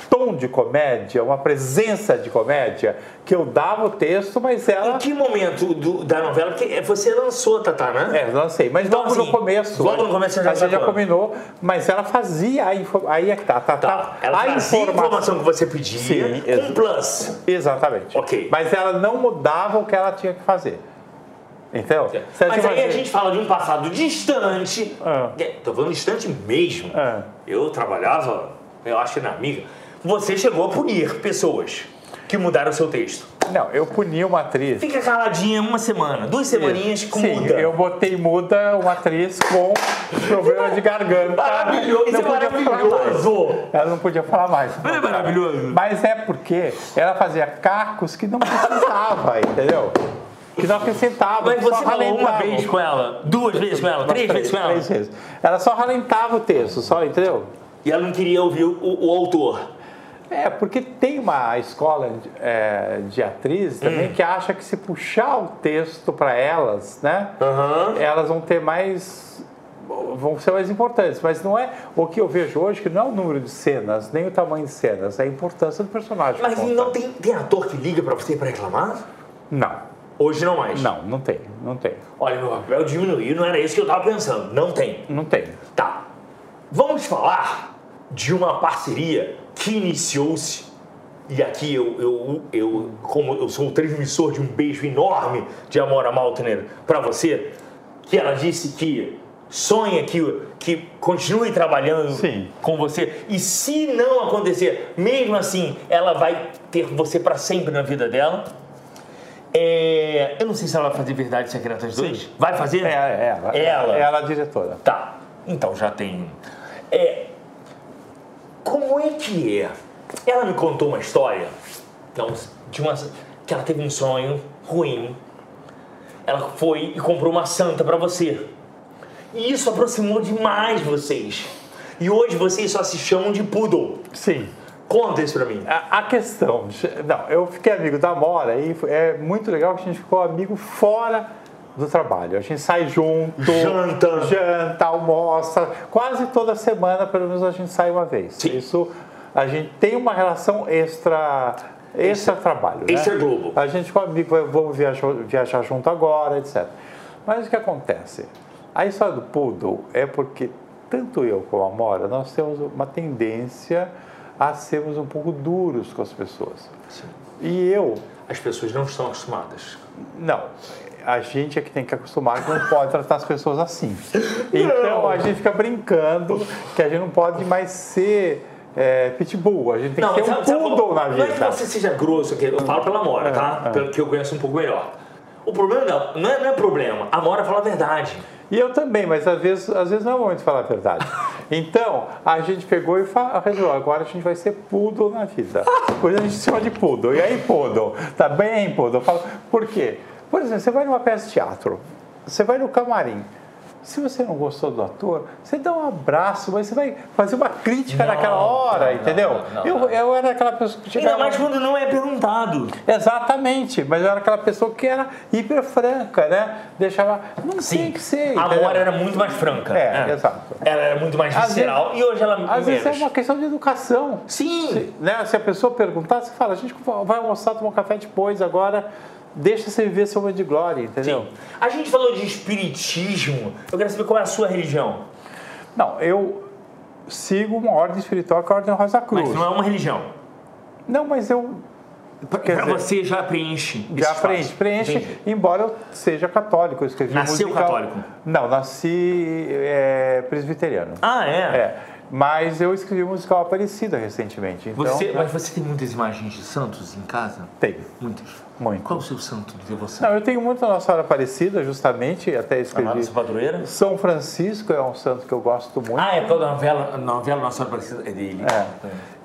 [SPEAKER 3] tom de comédia, uma presença de comédia, que eu dava o texto, mas ela.
[SPEAKER 2] Em que momento do- da novela? Porque você lançou Tata, né?
[SPEAKER 3] É, não sei, mas
[SPEAKER 2] Então,
[SPEAKER 3] logo
[SPEAKER 2] assim,
[SPEAKER 3] no começo.
[SPEAKER 2] logo no começo você já
[SPEAKER 3] a gente já
[SPEAKER 2] sacou.
[SPEAKER 3] combinou, mas ela fazia a informação. Aí é que tá, a Tatá.
[SPEAKER 2] Tá. Ela
[SPEAKER 3] a
[SPEAKER 2] trazia a
[SPEAKER 3] informação-
[SPEAKER 2] informação que você pedia
[SPEAKER 3] Sim,
[SPEAKER 2] com
[SPEAKER 3] exa-
[SPEAKER 2] plus.
[SPEAKER 3] Exatamente.
[SPEAKER 2] Ok.
[SPEAKER 3] Mas ela não mudava o que ela tinha que fazer. Então, se ela
[SPEAKER 2] Mas
[SPEAKER 3] tinha que
[SPEAKER 2] aí a
[SPEAKER 3] fazer-
[SPEAKER 2] gente fala de um passado distante.
[SPEAKER 3] Ah.
[SPEAKER 2] É, tô falando distante mesmo.
[SPEAKER 3] Ah.
[SPEAKER 2] Eu trabalhava, eu acho que na amiga. Você chegou a punir pessoas que mudaram o seu texto.
[SPEAKER 3] Não, eu puni uma atriz.
[SPEAKER 2] Fica caladinha uma semana, duas semaninhas com
[SPEAKER 3] Sim,
[SPEAKER 2] muda.
[SPEAKER 3] eu botei muda uma atriz com problema de garganta.
[SPEAKER 2] Maravilhoso, isso é
[SPEAKER 3] Não podia falar mais.
[SPEAKER 2] maravilhoso.
[SPEAKER 3] Ela não podia falar mais.
[SPEAKER 2] Não é maravilhoso?
[SPEAKER 3] Mas é porque ela fazia cacos que não precisava, entendeu? Que não acrescentava.
[SPEAKER 2] Mas
[SPEAKER 3] que só
[SPEAKER 2] você falou uma
[SPEAKER 3] ralentava.
[SPEAKER 2] vez com ela, duas vezes com ela,
[SPEAKER 3] Umas
[SPEAKER 2] três vezes com ela.
[SPEAKER 3] três vezes. Ela só ralentava o texto, só, entendeu?
[SPEAKER 2] E ela não queria ouvir o, o autor.
[SPEAKER 3] É, porque tem uma escola é, de atriz também que acha que se puxar o texto para elas, né? Elas vão ter mais. vão ser mais importantes. Mas não é. O que eu vejo hoje que não é o número de cenas, nem o tamanho de cenas, é a importância do personagem. que
[SPEAKER 2] Mas
[SPEAKER 3] conta.
[SPEAKER 2] não tem, tem ator que liga pra você pra reclamar?
[SPEAKER 3] Não,
[SPEAKER 2] Hoje não mais.
[SPEAKER 3] não, não tem, não tem,
[SPEAKER 2] Olha, meu papel diminuiu, não era isso que eu tava pensando. Não tem.
[SPEAKER 3] não tem.
[SPEAKER 2] Tá. Vamos falar de uma parceria que iniciou-se. E aqui eu, eu, eu, como eu sou o transmissor de um beijo enorme de Amora Maltner pra você, que ela disse que sonha que, que continue trabalhando
[SPEAKER 3] Sim.
[SPEAKER 2] com você. E se não acontecer, mesmo assim, ela vai ter você pra sempre na vida dela. É, eu não sei se ela vai fazer Verdades Secretas 2. Vai fazer?
[SPEAKER 3] É, é ela.
[SPEAKER 2] Ela.
[SPEAKER 3] Ela é a diretora.
[SPEAKER 2] Tá, então já tem. É, como é que é? Ela me contou uma história então, de uma, que ela teve um sonho ruim. Ela foi e comprou uma santa pra você. E isso aproximou demais vocês. E hoje vocês só se chamam de poodle.
[SPEAKER 3] Sim.
[SPEAKER 2] Conta isso pra mim.
[SPEAKER 3] A, a questão, não, eu fiquei amigo da Mora e foi- é muito legal que a gente ficou amigo fora do trabalho. A gente sai junto,
[SPEAKER 2] Janta.
[SPEAKER 3] Tá janta, almoça, quase toda semana, pelo menos a gente sai uma vez.
[SPEAKER 2] Sim.
[SPEAKER 3] Isso, a gente tem uma relação extra, extra trabalho. né?
[SPEAKER 2] extra é Globo.
[SPEAKER 3] A gente ficou amigo, vai- vamos viajar, viajar junto agora, etc. Mas o que acontece? A história do poodle é porque tanto eu como a Mora, nós temos uma tendência a sermos um pouco duros com as pessoas. E eu,
[SPEAKER 2] As pessoas não estão acostumadas.
[SPEAKER 3] não. A gente é que tem que acostumar que não pode tratar as pessoas assim. Então a gente fica brincando que a gente não pode mais ser é, pitbull. A gente tem que ter um
[SPEAKER 2] qual-
[SPEAKER 3] poodle na
[SPEAKER 2] Não é que
[SPEAKER 3] vida. É,
[SPEAKER 2] você seja grosso, que eu falo pela Mora, tá? Pelo que eu conheço um pouco melhor. O problema não, não é, não é problema. A Mora fala a verdade.
[SPEAKER 3] E eu também, mas às vezes, às vezes não é o momento de falar a verdade. Então, a gente pegou e fa- resolveu, agora a gente vai ser poodle na vida. Hoje a gente se chama de poodle. E aí, poodle? Tá bem, poodle? Eu falo, por quê? Por exemplo, você vai numa peça de teatro, você vai no camarim. Se você não gostou do ator, você dá um abraço, mas você vai fazer uma crítica
[SPEAKER 2] Não,
[SPEAKER 3] naquela hora,
[SPEAKER 2] não, não,
[SPEAKER 3] entendeu?
[SPEAKER 2] não, não,
[SPEAKER 3] eu,
[SPEAKER 2] não.
[SPEAKER 3] eu era aquela pessoa que
[SPEAKER 2] Ainda
[SPEAKER 3] chegava
[SPEAKER 2] mais quando não é perguntado.
[SPEAKER 3] Exatamente, mas eu era aquela pessoa que era hiper franca, né? Deixava. Não tem que ser.
[SPEAKER 2] A
[SPEAKER 3] entendeu?
[SPEAKER 2] Mora era muito mais franca.
[SPEAKER 3] É, exato.
[SPEAKER 2] Ela era muito mais
[SPEAKER 3] Às
[SPEAKER 2] visceral
[SPEAKER 3] vezes-
[SPEAKER 2] e hoje ela
[SPEAKER 3] Às
[SPEAKER 2] menos.
[SPEAKER 3] vezes é uma questão de educação.
[SPEAKER 2] Sim.
[SPEAKER 3] Se, né, se a pessoa perguntar, você fala, a gente vai almoçar, tomar um café depois, agora deixa você viver seu momento de glória, entendeu?
[SPEAKER 2] Sim. A gente falou de espiritismo. Eu quero saber qual é a sua religião.
[SPEAKER 3] Não, eu sigo uma ordem espiritual que é a Ordem Rosa Cruz.
[SPEAKER 2] Mas não é uma religião.
[SPEAKER 3] Não, mas eu... Quer
[SPEAKER 2] Pra
[SPEAKER 3] dizer,
[SPEAKER 2] você já preenche. esse
[SPEAKER 3] já
[SPEAKER 2] espaço.
[SPEAKER 3] preenche, preenche,
[SPEAKER 2] Entendi.
[SPEAKER 3] embora eu seja católico, eu escrevi um
[SPEAKER 2] Nasceu
[SPEAKER 3] musical.
[SPEAKER 2] católico?
[SPEAKER 3] Não, nasci é, presbiteriano.
[SPEAKER 2] Ah, é?
[SPEAKER 3] É, mas eu escrevi um musical Aparecida recentemente, então...
[SPEAKER 2] Você, mas você tem muitas imagens de santos em casa?
[SPEAKER 3] Tem.
[SPEAKER 2] Muitas.
[SPEAKER 3] Muito.
[SPEAKER 2] Qual o seu santo de devoção?
[SPEAKER 3] Não, eu tenho muito Nossa Senhora Aparecida, justamente, até escrevi.
[SPEAKER 2] Amada Nossa Padroeira?
[SPEAKER 3] São Francisco é um santo que eu gosto muito.
[SPEAKER 2] Ah, é por causa da novela, novela Nossa Senhora Aparecida é dele.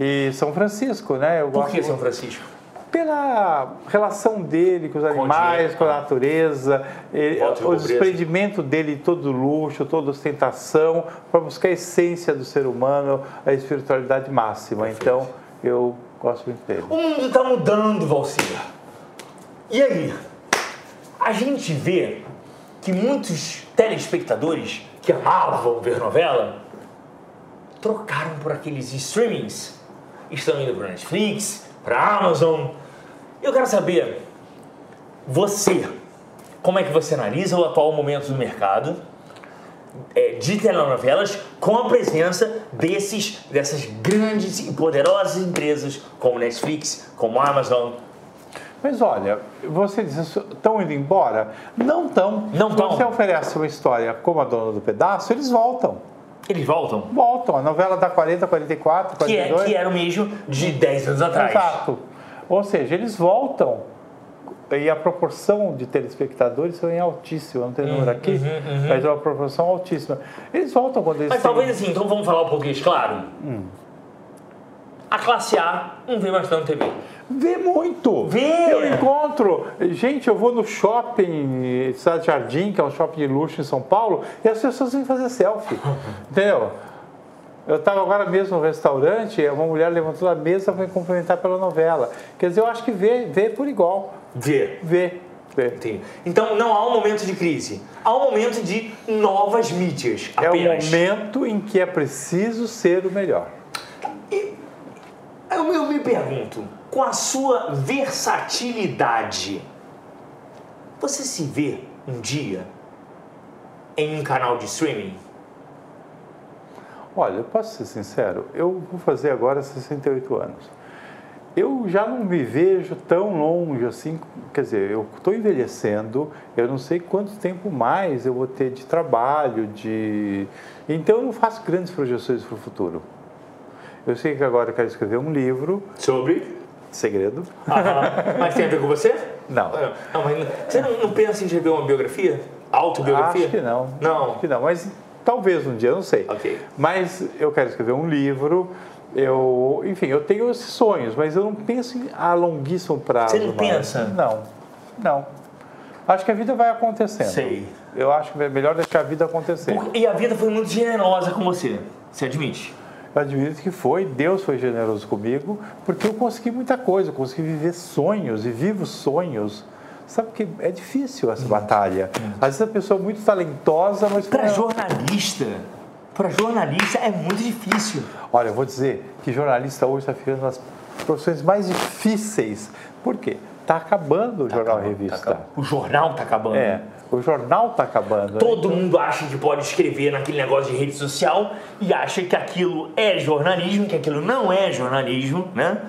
[SPEAKER 3] É. E São Francisco, né? Eu
[SPEAKER 2] Por
[SPEAKER 3] gosto
[SPEAKER 2] que São Francisco?
[SPEAKER 3] pela relação dele com os animais,
[SPEAKER 2] dinheiro.
[SPEAKER 3] com a natureza, ele-
[SPEAKER 2] Voto de
[SPEAKER 3] o
[SPEAKER 2] pobreza.
[SPEAKER 3] desprendimento dele de todo luxo, toda ostentação, para buscar a essência do ser humano, a espiritualidade máxima. Então, eu gosto muito dele.
[SPEAKER 2] O mundo está mudando, Valcir. E aí? A gente vê que muitos telespectadores que amavam ver novela trocaram por aqueles streamings. Estão indo para Netflix, para Amazon. Eu quero saber, você, como é que você analisa o atual momento do mercado é, de telenovelas com a presença desses, dessas grandes e poderosas empresas como Netflix, como Amazon.
[SPEAKER 3] Mas olha, você diz, estão indo embora? Não estão.
[SPEAKER 2] Não
[SPEAKER 3] Se
[SPEAKER 2] tão.
[SPEAKER 3] você oferece uma história como a dona do pedaço, eles voltam.
[SPEAKER 2] Eles voltam.
[SPEAKER 3] Voltam. A novela da 40, 44,
[SPEAKER 2] Que, é,
[SPEAKER 3] 42.
[SPEAKER 2] que era o mesmo de 10 anos atrás.
[SPEAKER 3] Exato. Ou seja, eles voltam. E a proporção de telespectadores é altíssima. Não tem número
[SPEAKER 2] Uhum,
[SPEAKER 3] aqui, mas é uma proporção altíssima. Eles voltam quando eles
[SPEAKER 2] Mas
[SPEAKER 3] têm-
[SPEAKER 2] talvez assim, então vamos falar um pouquinho, claro. A classe A não vê mais tanto TV.
[SPEAKER 3] Vê muito!
[SPEAKER 2] Vê!
[SPEAKER 3] Eu encontro. Gente, eu vou no shopping Cidade Jardim, que é um shopping de luxo em São Paulo, e as pessoas vêm fazer selfie. Entendeu? Eu estava agora mesmo no restaurante, uma mulher levantou da mesa para me cumprimentar pela novela. Quer dizer, eu acho que vê, vê por igual.
[SPEAKER 2] Vê.
[SPEAKER 3] Vê. Vê.
[SPEAKER 2] Entendi. Então não há um momento de crise. Há um momento de novas mídias.
[SPEAKER 3] É o
[SPEAKER 2] Apenas.
[SPEAKER 3] momento em que é preciso ser o melhor.
[SPEAKER 2] Eu, eu me pergunto, com a sua versatilidade, você se vê um dia em um canal de streaming?
[SPEAKER 3] Olha, eu posso ser sincero, eu vou fazer agora 68 anos. Eu já não me vejo tão longe assim, quer dizer, eu estou envelhecendo, eu não sei quanto tempo mais eu vou ter de trabalho, de. Então eu não faço grandes projeções para o futuro. Eu sei que agora eu quero escrever um livro,
[SPEAKER 2] Sobre?
[SPEAKER 3] segredo.
[SPEAKER 2] Ah, tá mas tem a ver com você? Ah,
[SPEAKER 3] Não.
[SPEAKER 2] Não, mas não- você não, não pensa em escrever uma biografia? Autobiografia?
[SPEAKER 3] Acho que não.
[SPEAKER 2] Não.
[SPEAKER 3] Acho que não, mas talvez um dia, eu não sei.
[SPEAKER 2] Ok.
[SPEAKER 3] Mas eu quero escrever um livro. Eu, enfim, eu tenho esses sonhos, mas eu não penso em a longuíssimo prazo.
[SPEAKER 2] Você não
[SPEAKER 3] mais.
[SPEAKER 2] pensa?
[SPEAKER 3] Não, não. Acho que a vida vai acontecendo.
[SPEAKER 2] Sei.
[SPEAKER 3] Eu acho que é melhor deixar a vida acontecer.
[SPEAKER 2] Por- E a vida foi muito generosa com você. Você admite?
[SPEAKER 3] admito que foi, Deus foi generoso comigo, porque eu consegui muita coisa, eu consegui viver sonhos e vivo sonhos. Sabe que é difícil essa batalha. Às vezes a pessoa é muito talentosa, mas
[SPEAKER 2] Hum. Pra
[SPEAKER 3] não.
[SPEAKER 2] jornalista, pra jornalista é muito difícil.
[SPEAKER 3] Olha, eu vou dizer que jornalista hoje está ficando nas profissões mais difíceis. Por quê? Está acabando o jornal
[SPEAKER 2] Acabou,
[SPEAKER 3] revista.
[SPEAKER 2] tá acabando. o jornal tá acabando.
[SPEAKER 3] É, o jornal está acabando. né?
[SPEAKER 2] Todo mundo acha que pode escrever naquele negócio de rede social e acha que aquilo é jornalismo, que aquilo não é jornalismo, né?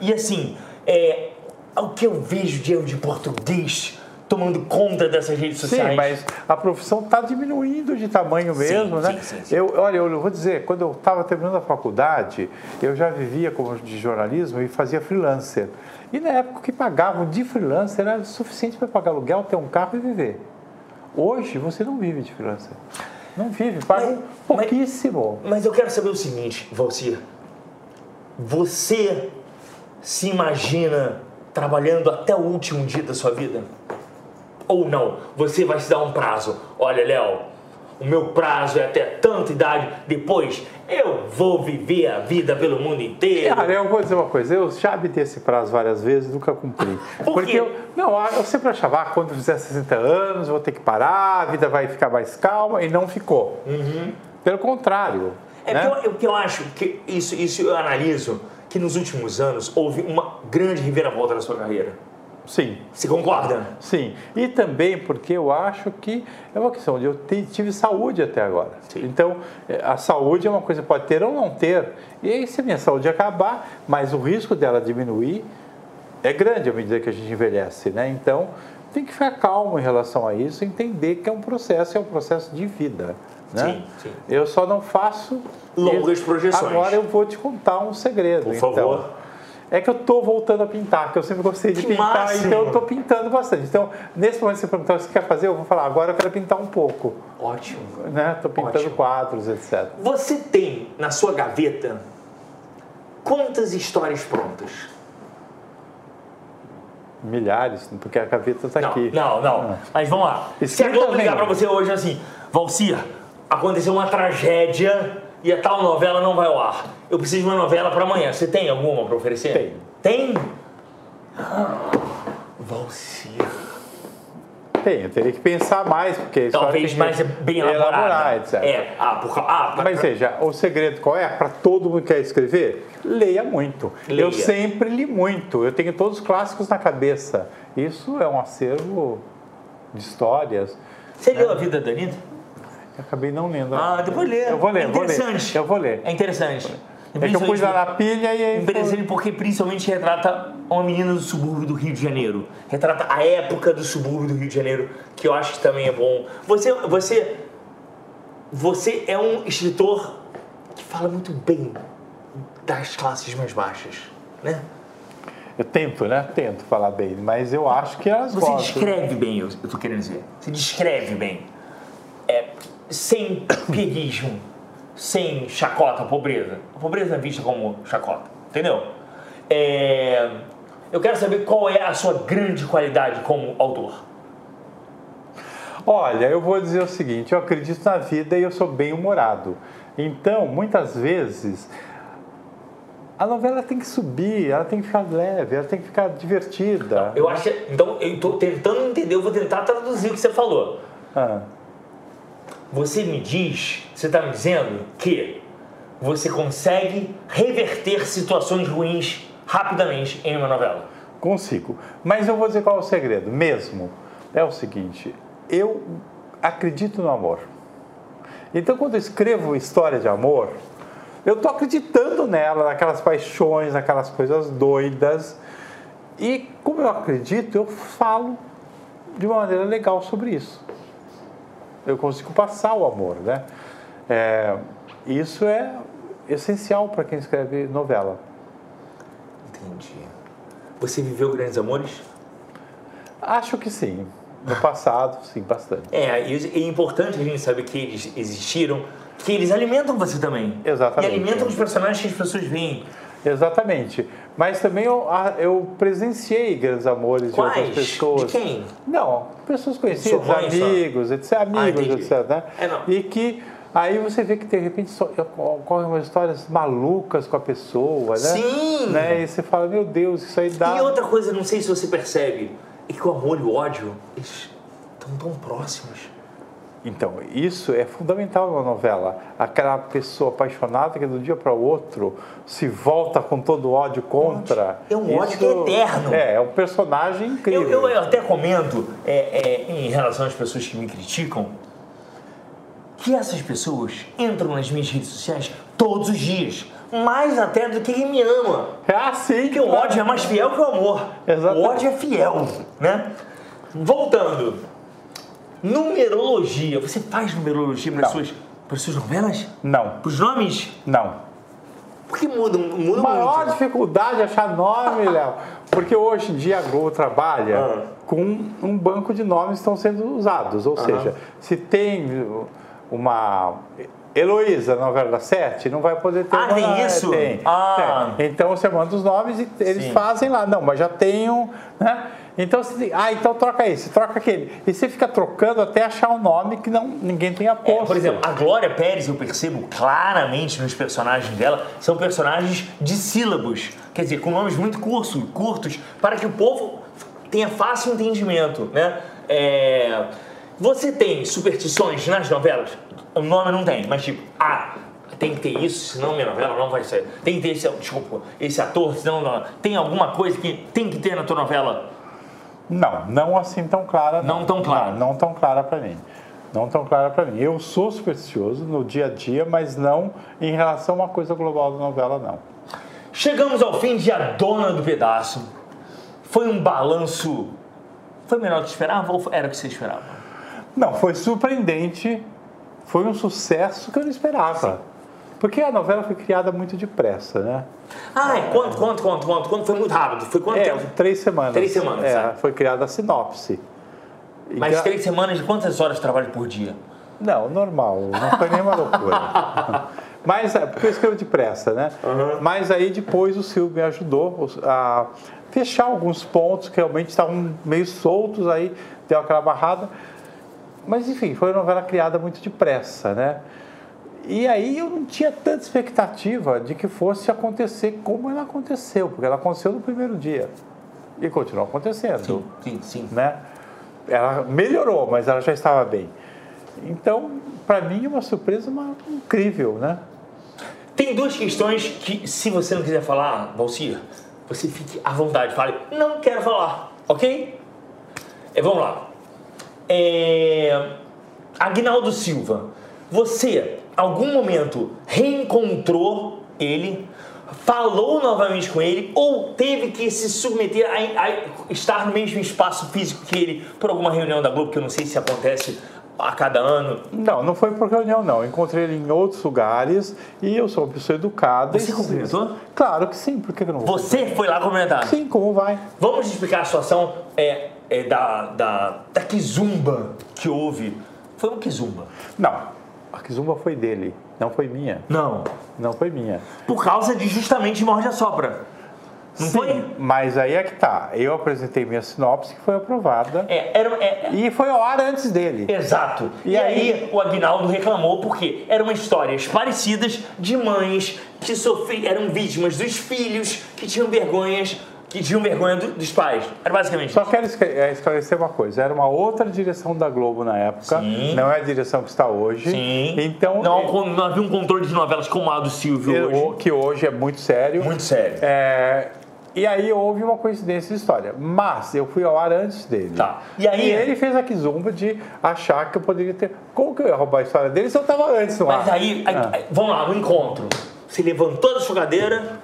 [SPEAKER 2] E assim, é, o que eu vejo de erro de português tomando conta dessas redes sociais.
[SPEAKER 3] Sim, mas a profissão está diminuindo de tamanho mesmo, né?
[SPEAKER 2] sim, sim, sim.
[SPEAKER 3] Eu, olha, eu vou dizer, quando eu estava terminando a faculdade, eu já vivia como de jornalismo e fazia freelancer. E na época o que pagavam de freelancer era suficiente para pagar aluguel, ter um carro e viver. Hoje você não vive de freelancer. Não vive, paga um
[SPEAKER 2] Mas- É, mas-
[SPEAKER 3] pouquíssimo.
[SPEAKER 2] Mas eu quero saber o seguinte, Valcir. Você se imagina trabalhando até o último dia da sua vida? Ou não? Você vai se dar um prazo. Olha, Léo, o meu prazo é até tanta idade. Depois eu vou viver a vida pelo mundo inteiro.
[SPEAKER 3] Cara, eu vou dizer uma coisa, eu já habitei esse prazo várias vezes, nunca cumpri.
[SPEAKER 2] Por
[SPEAKER 3] Porque
[SPEAKER 2] quê?
[SPEAKER 3] eu, não, ah, eu sempre achava, ah, quando eu fizer 60 anos, vou ter que parar, a vida vai ficar mais calma, e não ficou. Pelo contrário.
[SPEAKER 2] Uhum. É
[SPEAKER 3] né?
[SPEAKER 2] porque eu- eu, que eu acho que isso, isso eu analiso que nos últimos anos houve uma grande reviravolta na sua carreira.
[SPEAKER 3] Sim,
[SPEAKER 2] Você concorda?
[SPEAKER 3] sim. E também porque eu acho que é uma questão de eu te- tive saúde até agora.
[SPEAKER 2] Sim.
[SPEAKER 3] Então, eh, a saúde é uma coisa que pode ter ou não ter. E aí, se a minha saúde acabar, mas o risco dela diminuir, é grande à medida que a gente envelhece, né? Então, tem que ficar calmo em relação a isso, entender que é um processo, é um processo de vida, né?
[SPEAKER 2] Sim, sim.
[SPEAKER 3] Eu só não faço
[SPEAKER 2] Longas projeções.
[SPEAKER 3] Agora eu vou te contar um segredo,
[SPEAKER 2] Por
[SPEAKER 3] então.
[SPEAKER 2] favor.
[SPEAKER 3] É que eu tô voltando a pintar, que eu sempre gostei de
[SPEAKER 2] Que
[SPEAKER 3] pintar,
[SPEAKER 2] máximo!
[SPEAKER 3] então eu tô pintando bastante. Então, nesse momento que você perguntar o que você quer fazer, eu vou falar, agora eu quero pintar um pouco,
[SPEAKER 2] Ótimo.
[SPEAKER 3] né? Tô pintando
[SPEAKER 2] Ótimo.
[SPEAKER 3] quadros, etc.
[SPEAKER 2] Você tem na sua gaveta quantas histórias prontas?
[SPEAKER 3] Milhares, porque a gaveta tá
[SPEAKER 2] Não,
[SPEAKER 3] aqui.
[SPEAKER 2] não, não. Mas vamos lá. Se a
[SPEAKER 3] Escrita
[SPEAKER 2] Globo ligar
[SPEAKER 3] vem.
[SPEAKER 2] pra você hoje assim, Valcir, aconteceu uma tragédia e a tal novela não vai ao ar. Eu preciso de uma novela pra amanhã. Você tem alguma pra oferecer? Tem. Tem? Ah, Valcir.
[SPEAKER 3] Tem, eu teria que pensar mais, porque isso
[SPEAKER 2] Talvez mais é bem elaborada.
[SPEAKER 3] elaborar, etc.
[SPEAKER 2] É. Ah, por causa... Ah, pra-
[SPEAKER 3] Mas veja, o segredo qual é? Para todo mundo que quer escrever, leia muito.
[SPEAKER 2] Leia.
[SPEAKER 3] Eu sempre li muito, eu tenho todos os clássicos na cabeça. Isso é um acervo de histórias.
[SPEAKER 2] Você leu A Vida da Anitta?
[SPEAKER 3] Eu acabei não lendo.
[SPEAKER 2] Ah, depois lê.
[SPEAKER 3] Eu vou ler,
[SPEAKER 2] É
[SPEAKER 3] vou ler.
[SPEAKER 2] interessante.
[SPEAKER 3] Eu vou ler.
[SPEAKER 2] É interessante.
[SPEAKER 3] É que eu pus lá na pilha e aí.
[SPEAKER 2] Interessante porque principalmente retrata uma menina do subúrbio do Rio de Janeiro. Retrata a época do subúrbio do Rio de Janeiro, que eu acho que também é bom. Você, você, você é um escritor que fala muito bem das classes mais baixas, né?
[SPEAKER 3] Eu tento, né? Tento falar bem, mas eu acho que elas
[SPEAKER 2] Você
[SPEAKER 3] gostam.
[SPEAKER 2] descreve bem, eu, eu tô querendo dizer. Você descreve bem. É, sem pieguismo, sem chacota, pobreza. A pobreza é vista como chacota, entendeu? É, eu quero saber qual é a sua grande qualidade como autor.
[SPEAKER 3] Olha, eu vou dizer o seguinte: eu acredito na vida e eu sou bem-humorado. Então, muitas vezes, a novela tem que subir, ela tem que ficar leve, ela tem que ficar divertida.
[SPEAKER 2] Eu acho que, Então, eu tô tentando entender, eu vou tentar traduzir o que você falou.
[SPEAKER 3] Ah,
[SPEAKER 2] Você me diz, você tá me dizendo que você consegue reverter situações ruins rapidamente em uma novela.
[SPEAKER 3] consigo. Mas eu vou dizer qual é o segredo mesmo. É o seguinte: eu acredito no amor. Então, quando eu escrevo história de amor, eu tô acreditando nela, naquelas paixões, naquelas coisas doidas. E como eu acredito, eu falo de uma maneira legal sobre isso. Eu consigo passar o amor, né? É, isso é essencial para quem escreve novela.
[SPEAKER 2] Entendi. Você viveu grandes amores?
[SPEAKER 3] Acho que sim. No passado, sim, bastante.
[SPEAKER 2] É, e é importante a gente saber que eles existiram, que eles alimentam você também.
[SPEAKER 3] Exatamente.
[SPEAKER 2] E alimentam os personagens que as pessoas veem.
[SPEAKER 3] Exatamente. Mas também eu, a- eu presenciei grandes amores
[SPEAKER 2] Quais?
[SPEAKER 3] de outras pessoas.
[SPEAKER 2] De quem?
[SPEAKER 3] Não, pessoas conhecidas,
[SPEAKER 2] Sua mãe, sua-
[SPEAKER 3] amigos, etc.
[SPEAKER 2] Ah,
[SPEAKER 3] Amigos,
[SPEAKER 2] entendi.
[SPEAKER 3] etc. Né?
[SPEAKER 2] É, não.
[SPEAKER 3] E que Aí você vê que de repente só- ocorrem umas histórias malucas com a pessoa, né?
[SPEAKER 2] Sim!
[SPEAKER 3] Né? E você fala, meu Deus, isso aí dá.
[SPEAKER 2] E outra coisa, não sei se você percebe, é que o amor e o ódio, eles estão tão próximos.
[SPEAKER 3] Então, isso é fundamental na novela. Aquela pessoa apaixonada que do dia para o outro se volta com todo o ódio contra.
[SPEAKER 2] É um ódio que é eterno.
[SPEAKER 3] É, é um personagem incrível.
[SPEAKER 2] Eu, eu- eu até comento é, é, em relação às pessoas que me criticam que essas pessoas entram nas minhas redes sociais todos os dias, mais até do que quem me ama.
[SPEAKER 3] Ah, sim,
[SPEAKER 2] Porque o ódio é mais fiel que o amor.
[SPEAKER 3] Exatamente.
[SPEAKER 2] O ódio é fiel, né? Voltando. Numerologia. Você faz numerologia para as
[SPEAKER 3] Não.
[SPEAKER 2] suas, para as suas novelas?
[SPEAKER 3] Não,
[SPEAKER 2] Para os nomes?
[SPEAKER 3] não.
[SPEAKER 2] Porque muda, muda
[SPEAKER 3] maior
[SPEAKER 2] muito.
[SPEAKER 3] dificuldade é achar nome, Léo. Porque hoje em dia a Globo trabalha
[SPEAKER 2] Ah.
[SPEAKER 3] com um banco de nomes que estão sendo usados. Ou seja, se tem uma. Heloísa, na novela das sete, não vai poder ter
[SPEAKER 2] Ah,
[SPEAKER 3] uma-
[SPEAKER 2] tem isso?
[SPEAKER 3] Tem.
[SPEAKER 2] Ah.
[SPEAKER 3] É. Então você manda os nomes e eles
[SPEAKER 2] Sim.
[SPEAKER 3] fazem lá. Não, mas já tem um. Né? Então você tem, Ah, então troca esse, troca aquele. E você fica trocando até achar um nome que não, ninguém tenha posto.
[SPEAKER 2] É, por exemplo, a Glória Pérez, eu percebo claramente nos personagens dela, são personagens de sílabos. Quer dizer, com nomes muito curso, curtos, para que o povo tenha fácil entendimento, né? É, Você tem superstições nas novelas? O nome não tem, mas tipo, ah, tem que ter isso, senão minha novela não vai sair. Tem que ter esse, desculpa, esse ator, senão não. Tem alguma coisa que tem que ter na tua novela?
[SPEAKER 3] Não, não assim tão clara.
[SPEAKER 2] Não tão clara.
[SPEAKER 3] Não, não tão clara para mim. Não tão clara para mim. Eu sou supersticioso no dia a dia, mas não em relação a uma coisa global da novela, não.
[SPEAKER 2] Chegamos ao fim de A Dona do Pedaço. Foi um balanço. Foi melhor do que esperava ou era o que você esperava?
[SPEAKER 3] Não, foi surpreendente. Foi um sucesso que eu não esperava. Porque a novela foi criada muito depressa, né?
[SPEAKER 2] Ah, é. quanto, quanto, quanto, quanto, quanto? Foi muito rápido. Foi quanto
[SPEAKER 3] É,
[SPEAKER 2] tempo?
[SPEAKER 3] três semanas.
[SPEAKER 2] Três semanas,
[SPEAKER 3] É,
[SPEAKER 2] sabe?
[SPEAKER 3] foi criada a sinopse. Então, E
[SPEAKER 2] Mas
[SPEAKER 3] gra-
[SPEAKER 2] três semanas de quantas horas de trabalho por dia?
[SPEAKER 3] Não, normal, não foi nenhuma loucura. Mas, é, porque eu escrevo depressa, né? Mas aí depois o Silvio me ajudou os- a fechar alguns pontos que realmente estavam meio soltos, aí deu aquela barrada. Mas enfim, foi uma novela criada muito depressa, né? E aí eu não tinha tanta expectativa de que fosse acontecer como ela aconteceu, porque ela aconteceu no primeiro dia e continua acontecendo
[SPEAKER 2] Sim, sim, sim.
[SPEAKER 3] né? Ela melhorou, mas ela já estava bem. Então, para mim, é uma surpresa uma- incrível, né?
[SPEAKER 2] Tem duas questões que, se você não quiser falar, Valcir, você fique à vontade. Fale, não quero falar, ok? É, vamos lá. É... Agnaldo Silva, você, algum momento, reencontrou ele, falou novamente com ele ou teve que se submeter a, a estar no mesmo espaço físico que ele por alguma reunião da Globo, que eu não sei se acontece a cada ano?
[SPEAKER 3] Não, não foi por reunião, não. Encontrei ele em outros lugares e eu sou uma pessoa educada.
[SPEAKER 2] Você
[SPEAKER 3] e-
[SPEAKER 2] cumprimentou?
[SPEAKER 3] Claro que sim, por que que eu não vou?
[SPEAKER 2] Você foi lá comentar?
[SPEAKER 3] Sim, como vai?
[SPEAKER 2] Vamos explicar a situação é, é, da, da, da quizumba que houve. Foi um quizumba?
[SPEAKER 3] Não, a Kizumba foi dele, não foi minha.
[SPEAKER 2] Não.
[SPEAKER 3] Não foi minha.
[SPEAKER 2] Por causa de justamente morde a sopra. Não foi?
[SPEAKER 3] Mas aí é que tá. Eu apresentei minha sinopse que foi aprovada
[SPEAKER 2] É, era, é,
[SPEAKER 3] e foi a hora antes dele.
[SPEAKER 2] Exato. E,
[SPEAKER 3] E
[SPEAKER 2] aí,
[SPEAKER 3] aí-
[SPEAKER 2] o Agnaldo reclamou porque eram histórias parecidas de mães que sofri, eram vítimas dos filhos que tinham vergonhas, que tinham vergonha do- dos pais. Era basicamente.
[SPEAKER 3] Só quero escre- eh, esclarecer uma coisa. Era uma outra direção da Globo na época.
[SPEAKER 2] Sim.
[SPEAKER 3] Não é a direção que está hoje.
[SPEAKER 2] Sim.
[SPEAKER 3] Então,
[SPEAKER 2] não,
[SPEAKER 3] eh,
[SPEAKER 2] não havia um controle de novelas como a do Silvio
[SPEAKER 3] que
[SPEAKER 2] hoje.
[SPEAKER 3] o- que hoje é muito sério.
[SPEAKER 2] Muito sério.
[SPEAKER 3] É, e aí houve uma coincidência de história. Mas eu fui ao ar antes dele.
[SPEAKER 2] Tá. E aí-
[SPEAKER 3] ele fez a quizumba de achar que eu poderia ter... Como que eu ia roubar a história dele se eu estava antes no
[SPEAKER 2] Mas
[SPEAKER 3] ar?
[SPEAKER 2] aí, aí-
[SPEAKER 3] Ah.
[SPEAKER 2] aí- vamos lá, no encontro. Você levantou da sua cadeira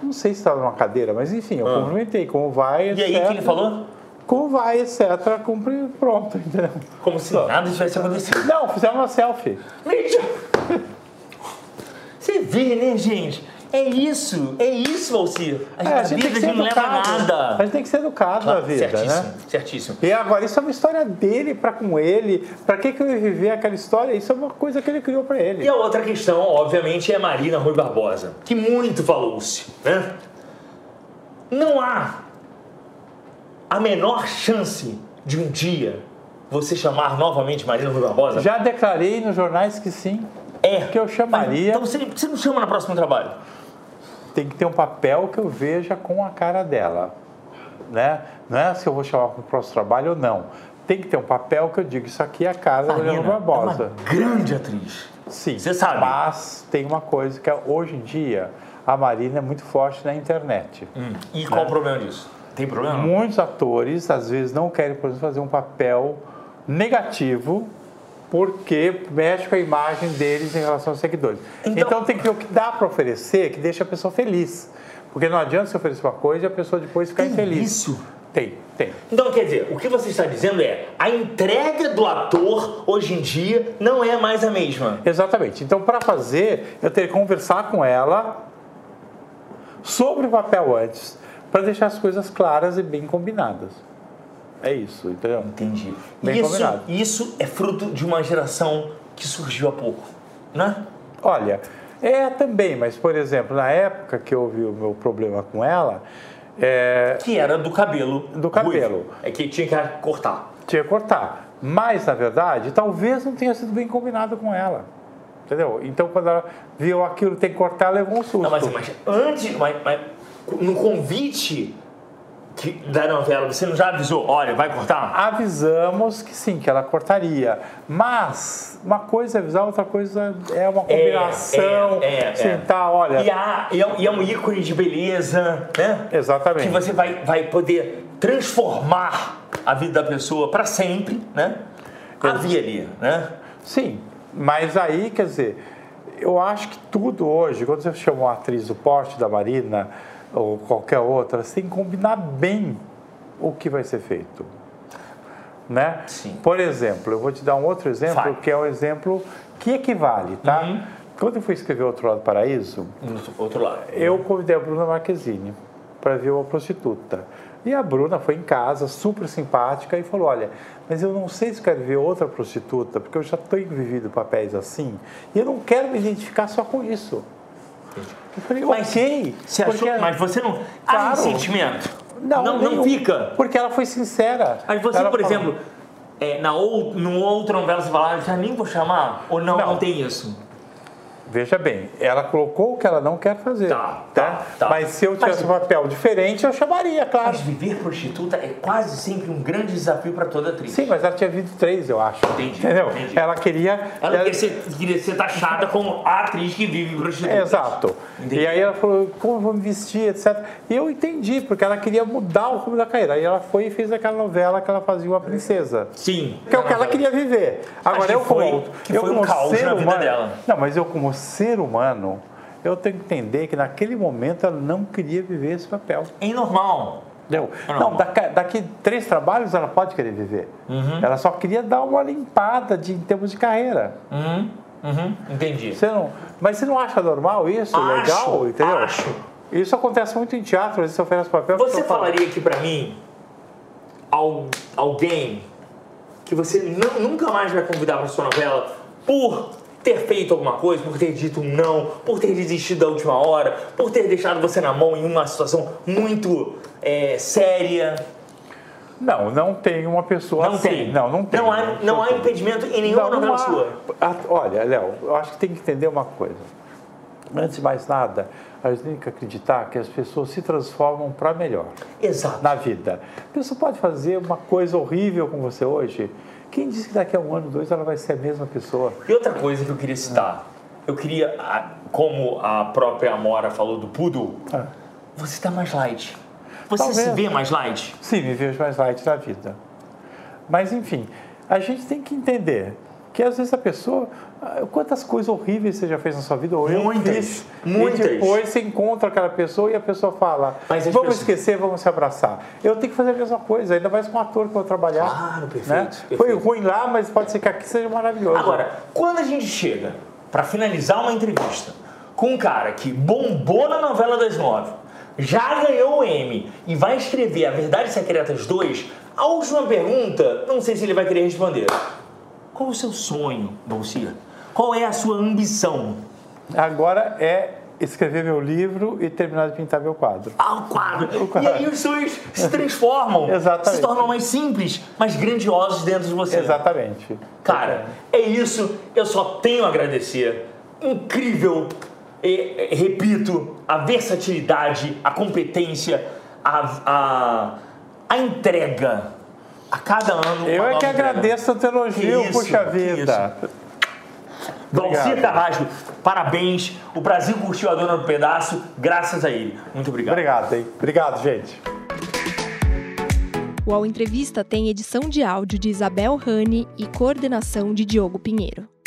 [SPEAKER 3] Não sei se estava numa cadeira, mas enfim, eu
[SPEAKER 2] Ah.
[SPEAKER 3] cumprimentei. Como vai,
[SPEAKER 2] e aí o
[SPEAKER 3] etc.
[SPEAKER 2] que ele falou?
[SPEAKER 3] Como vai, etc. Cumpri, pronto, entendeu?
[SPEAKER 2] Como se nada tivesse acontecido.
[SPEAKER 3] Não, fizemos uma selfie.
[SPEAKER 2] Mídia! Você vê, né, gente? É isso, é isso, Valcir. A gente,
[SPEAKER 3] É,
[SPEAKER 2] a vida a gente não leva a
[SPEAKER 3] né? A
[SPEAKER 2] nada.
[SPEAKER 3] gente tem que ser educado na vida,
[SPEAKER 2] certíssimo,
[SPEAKER 3] né?
[SPEAKER 2] certíssimo.
[SPEAKER 3] E agora, isso é uma história dele para com ele. Para que, que eu ia viver aquela história? Isso é uma coisa que ele criou para ele.
[SPEAKER 2] E a outra questão, obviamente, é a Marina Rui Barbosa, que muito falou-se, né? Não há a menor chance de um dia você chamar novamente Marina Rui Barbosa?
[SPEAKER 3] Já declarei nos jornais que sim.
[SPEAKER 2] É.
[SPEAKER 3] Que eu chamaria.
[SPEAKER 2] Então você, você não chama no próximo trabalho.
[SPEAKER 3] Tem que ter um papel que eu veja com a cara dela. Né? Não é se eu vou chamar para o próximo trabalho ou não. Tem que ter um papel que eu digo, isso aqui é a cara da Mariana
[SPEAKER 2] Marina
[SPEAKER 3] Barbosa.
[SPEAKER 2] É uma grande atriz.
[SPEAKER 3] Sim.
[SPEAKER 2] Você sabe.
[SPEAKER 3] Mas tem uma coisa que é, hoje em dia a Marina é muito forte na internet.
[SPEAKER 2] E
[SPEAKER 3] É.
[SPEAKER 2] qual o problema disso? Tem problema?
[SPEAKER 3] Muitos atores às vezes não querem, por exemplo, fazer um papel negativo porque mexe com a imagem deles em relação aos seguidores.
[SPEAKER 2] Então-
[SPEAKER 3] Então, tem que ver o que dá para oferecer que deixa a pessoa feliz. Porque não adianta você oferecer uma coisa e a pessoa depois ficar
[SPEAKER 2] Tem
[SPEAKER 3] infeliz.
[SPEAKER 2] isso?
[SPEAKER 3] Tem, tem.
[SPEAKER 2] Então, quer dizer, o que você está dizendo é a entrega do ator hoje em dia não é mais a mesma.
[SPEAKER 3] Exatamente. Então, para fazer, eu teria que conversar com ela sobre o papel antes, para deixar as coisas claras e bem combinadas. É isso, entendeu?
[SPEAKER 2] Entendi.
[SPEAKER 3] Bem
[SPEAKER 2] isso,
[SPEAKER 3] combinado.
[SPEAKER 2] isso é fruto de uma geração que surgiu há pouco, né?
[SPEAKER 3] Olha, é também, mas, por exemplo, na época que houve o meu problema com ela, é,
[SPEAKER 2] Que era do cabelo.
[SPEAKER 3] Do cabelo.
[SPEAKER 2] ruivo. É que tinha que cortar.
[SPEAKER 3] tinha que cortar. Mas, na verdade, talvez não tenha sido bem combinado com ela. Entendeu? Então, quando ela viu aquilo, tem que cortar, ela levou um susto.
[SPEAKER 2] Não, mas, mas antes, mas, mas no convite que, da novela, você não já avisou? Olha, vai cortar?
[SPEAKER 3] avisamos que sim, que ela cortaria. Mas uma coisa é avisar, outra coisa é uma combinação.
[SPEAKER 2] é, é,
[SPEAKER 3] sim,
[SPEAKER 2] é.
[SPEAKER 3] tá, olha.
[SPEAKER 2] E, há- e é, um- e é um ícone de beleza, né?
[SPEAKER 3] Exatamente.
[SPEAKER 2] Que você vai, vai poder transformar a vida da pessoa pra sempre, né? Havia ali, né?
[SPEAKER 3] Sim, mas aí, quer dizer, eu acho que tudo hoje, quando você chama uma atriz do porte da Marina ou qualquer outra, você tem que combinar bem o que vai ser feito. Né?
[SPEAKER 2] Sim.
[SPEAKER 3] Por exemplo, eu vou te dar um outro exemplo,
[SPEAKER 2] Vai. Uhum.
[SPEAKER 3] que é um exemplo que equivale, tá? Quando eu fui escrever Outro Lado do Paraíso,
[SPEAKER 2] No outro lado.
[SPEAKER 3] eu convidei a Bruna Marquezine para ver uma prostituta. E a Bruna foi em casa, super simpática, e falou: Olha, mas eu não sei se eu quero ver outra prostituta, porque eu já tenho vivido papéis assim, e eu não quero me identificar só com isso. Eu falei:
[SPEAKER 2] Mas
[SPEAKER 3] Ok.
[SPEAKER 2] Você achou,
[SPEAKER 3] porque-
[SPEAKER 2] mas você não. Há
[SPEAKER 3] é- Claro.
[SPEAKER 2] sentimento. não,
[SPEAKER 3] nenhum,
[SPEAKER 2] fica.
[SPEAKER 3] Porque ela foi sincera.
[SPEAKER 2] Mas você,
[SPEAKER 3] Ela
[SPEAKER 2] por
[SPEAKER 3] falou-
[SPEAKER 2] exemplo, é, na ou, no outro novela você fala, "Ah, já nem vou chamar? Ou não, não,
[SPEAKER 3] Não.
[SPEAKER 2] tem isso?
[SPEAKER 3] Veja bem, ela colocou o que ela não quer fazer.
[SPEAKER 2] Tá, tá, tá.
[SPEAKER 3] Mas se eu
[SPEAKER 2] Mas-
[SPEAKER 3] tivesse um papel diferente, eu chamaria, claro.
[SPEAKER 2] Mas viver prostituta é quase sempre um grande desafio pra toda atriz.
[SPEAKER 3] Sim, mas ela tinha 23, eu acho.
[SPEAKER 2] Entendi,
[SPEAKER 3] Entendeu?
[SPEAKER 2] entendi.
[SPEAKER 3] Ela queria.
[SPEAKER 2] Ela queria ser, queria ser taxada como a atriz que vive prostituta.
[SPEAKER 3] Exato.
[SPEAKER 2] Entendi.
[SPEAKER 3] E aí ela falou, como eu vou me vestir, etc. E eu entendi, porque ela queria mudar o rumo da carreira. Aí ela foi e fez aquela novela que ela fazia uma princesa.
[SPEAKER 2] Sim.
[SPEAKER 3] Que é o que ela queria viver. Agora
[SPEAKER 2] que
[SPEAKER 3] eu
[SPEAKER 2] foi-
[SPEAKER 3] como,
[SPEAKER 2] que
[SPEAKER 3] eu
[SPEAKER 2] foi um
[SPEAKER 3] como
[SPEAKER 2] caos
[SPEAKER 3] ser
[SPEAKER 2] na vida
[SPEAKER 3] humano-
[SPEAKER 2] dela.
[SPEAKER 3] Não, mas eu como ser humano, eu tenho que entender que naquele momento ela não queria viver esse papel.
[SPEAKER 2] É normal.
[SPEAKER 3] Entendeu?
[SPEAKER 2] Ah, Não.
[SPEAKER 3] Não, daqui, daqui três trabalhos ela pode querer viver. Ela só queria dar uma limpada de, em termos de carreira.
[SPEAKER 2] Uhum, uhum, entendi.
[SPEAKER 3] Você não, mas você não acha normal isso?
[SPEAKER 2] Acho,
[SPEAKER 3] é legal? Entendeu? Então
[SPEAKER 2] acho.
[SPEAKER 3] Isso acontece muito em teatro, às vezes você oferece papel.
[SPEAKER 2] Você
[SPEAKER 3] eu falo,
[SPEAKER 2] falaria aqui pra mim al- alguém que você nu- nunca mais vai convidar pra sua novela por ter feito alguma coisa, por ter dito um não, por ter desistido da última hora, por ter deixado você na mão em uma situação muito é, séria.
[SPEAKER 3] Não, não tem uma pessoa
[SPEAKER 2] Não
[SPEAKER 3] assim.
[SPEAKER 2] tem.
[SPEAKER 3] Não, não tem.
[SPEAKER 2] Não há, não há impedimento em nenhuma
[SPEAKER 3] Não, não
[SPEAKER 2] novela
[SPEAKER 3] há.
[SPEAKER 2] sua.
[SPEAKER 3] Ah, Olha, Léo, eu acho que tem que entender uma coisa. Antes de mais nada, a gente tem que acreditar que as pessoas se transformam para melhor.
[SPEAKER 2] Exato.
[SPEAKER 3] na vida. A pessoa pode fazer uma coisa horrível com você hoje. Quem disse que daqui a um ano, dois, ela vai ser a mesma pessoa?
[SPEAKER 2] E outra coisa que eu queria citar, eu queria, a- como a própria Amora falou do Poodle, você tá mais light. Você se
[SPEAKER 3] Talvez.
[SPEAKER 2] vê mais light?
[SPEAKER 3] Sim, me vejo mais light na vida. Mas, enfim, a gente tem que entender que às vezes a pessoa. ah, Quantas coisas horríveis você já fez na sua vida? Ou
[SPEAKER 2] Muitas,
[SPEAKER 3] eu fiz,
[SPEAKER 2] muitas.
[SPEAKER 3] E depois você encontra aquela pessoa e a pessoa fala:
[SPEAKER 2] Mas é as
[SPEAKER 3] Vamos
[SPEAKER 2] pessoas-
[SPEAKER 3] esquecer, vamos se abraçar. Eu tenho que fazer a mesma coisa, ainda mais com um ator que eu vou trabalhar.
[SPEAKER 2] Claro, perfeito,
[SPEAKER 3] né? Foi
[SPEAKER 2] perfeito.
[SPEAKER 3] ruim lá, mas pode ser que aqui seja maravilhoso.
[SPEAKER 2] Agora, quando a gente chega pra finalizar uma entrevista com um cara que bombou na novela das nove, já ganhou o M e vai escrever A Verdade Secretas 2, a última pergunta, não sei se ele vai querer responder. Qual o seu sonho, Bolsir? Qual é a sua ambição?
[SPEAKER 3] Agora é escrever meu livro e terminar de pintar meu quadro.
[SPEAKER 2] Ah, o quadro.
[SPEAKER 3] O quadro.
[SPEAKER 2] E aí os sonhos se transformam.
[SPEAKER 3] Exatamente.
[SPEAKER 2] Se tornam mais simples, mais grandiosos dentro de você.
[SPEAKER 3] Exatamente.
[SPEAKER 2] Cara, é isso. Eu só tenho a agradecer. Incrível. E, e, repito, a versatilidade, a competência, a, a, a entrega. A cada ano. uma
[SPEAKER 3] Eu é
[SPEAKER 2] nova
[SPEAKER 3] que
[SPEAKER 2] entrega.
[SPEAKER 3] agradeço o teu elogio,
[SPEAKER 2] Que isso,
[SPEAKER 3] puxa
[SPEAKER 2] que
[SPEAKER 3] vida.
[SPEAKER 2] Valcir
[SPEAKER 3] Obrigado.
[SPEAKER 2] Carrasco, parabéns. O Brasil curtiu a dona do pedaço, graças a ele. Muito obrigado.
[SPEAKER 3] Obrigado, hein? Obrigado, gente.
[SPEAKER 1] O Ao Entrevista tem edição de áudio de Isabel Rani e coordenação de Diogo Pinheiro.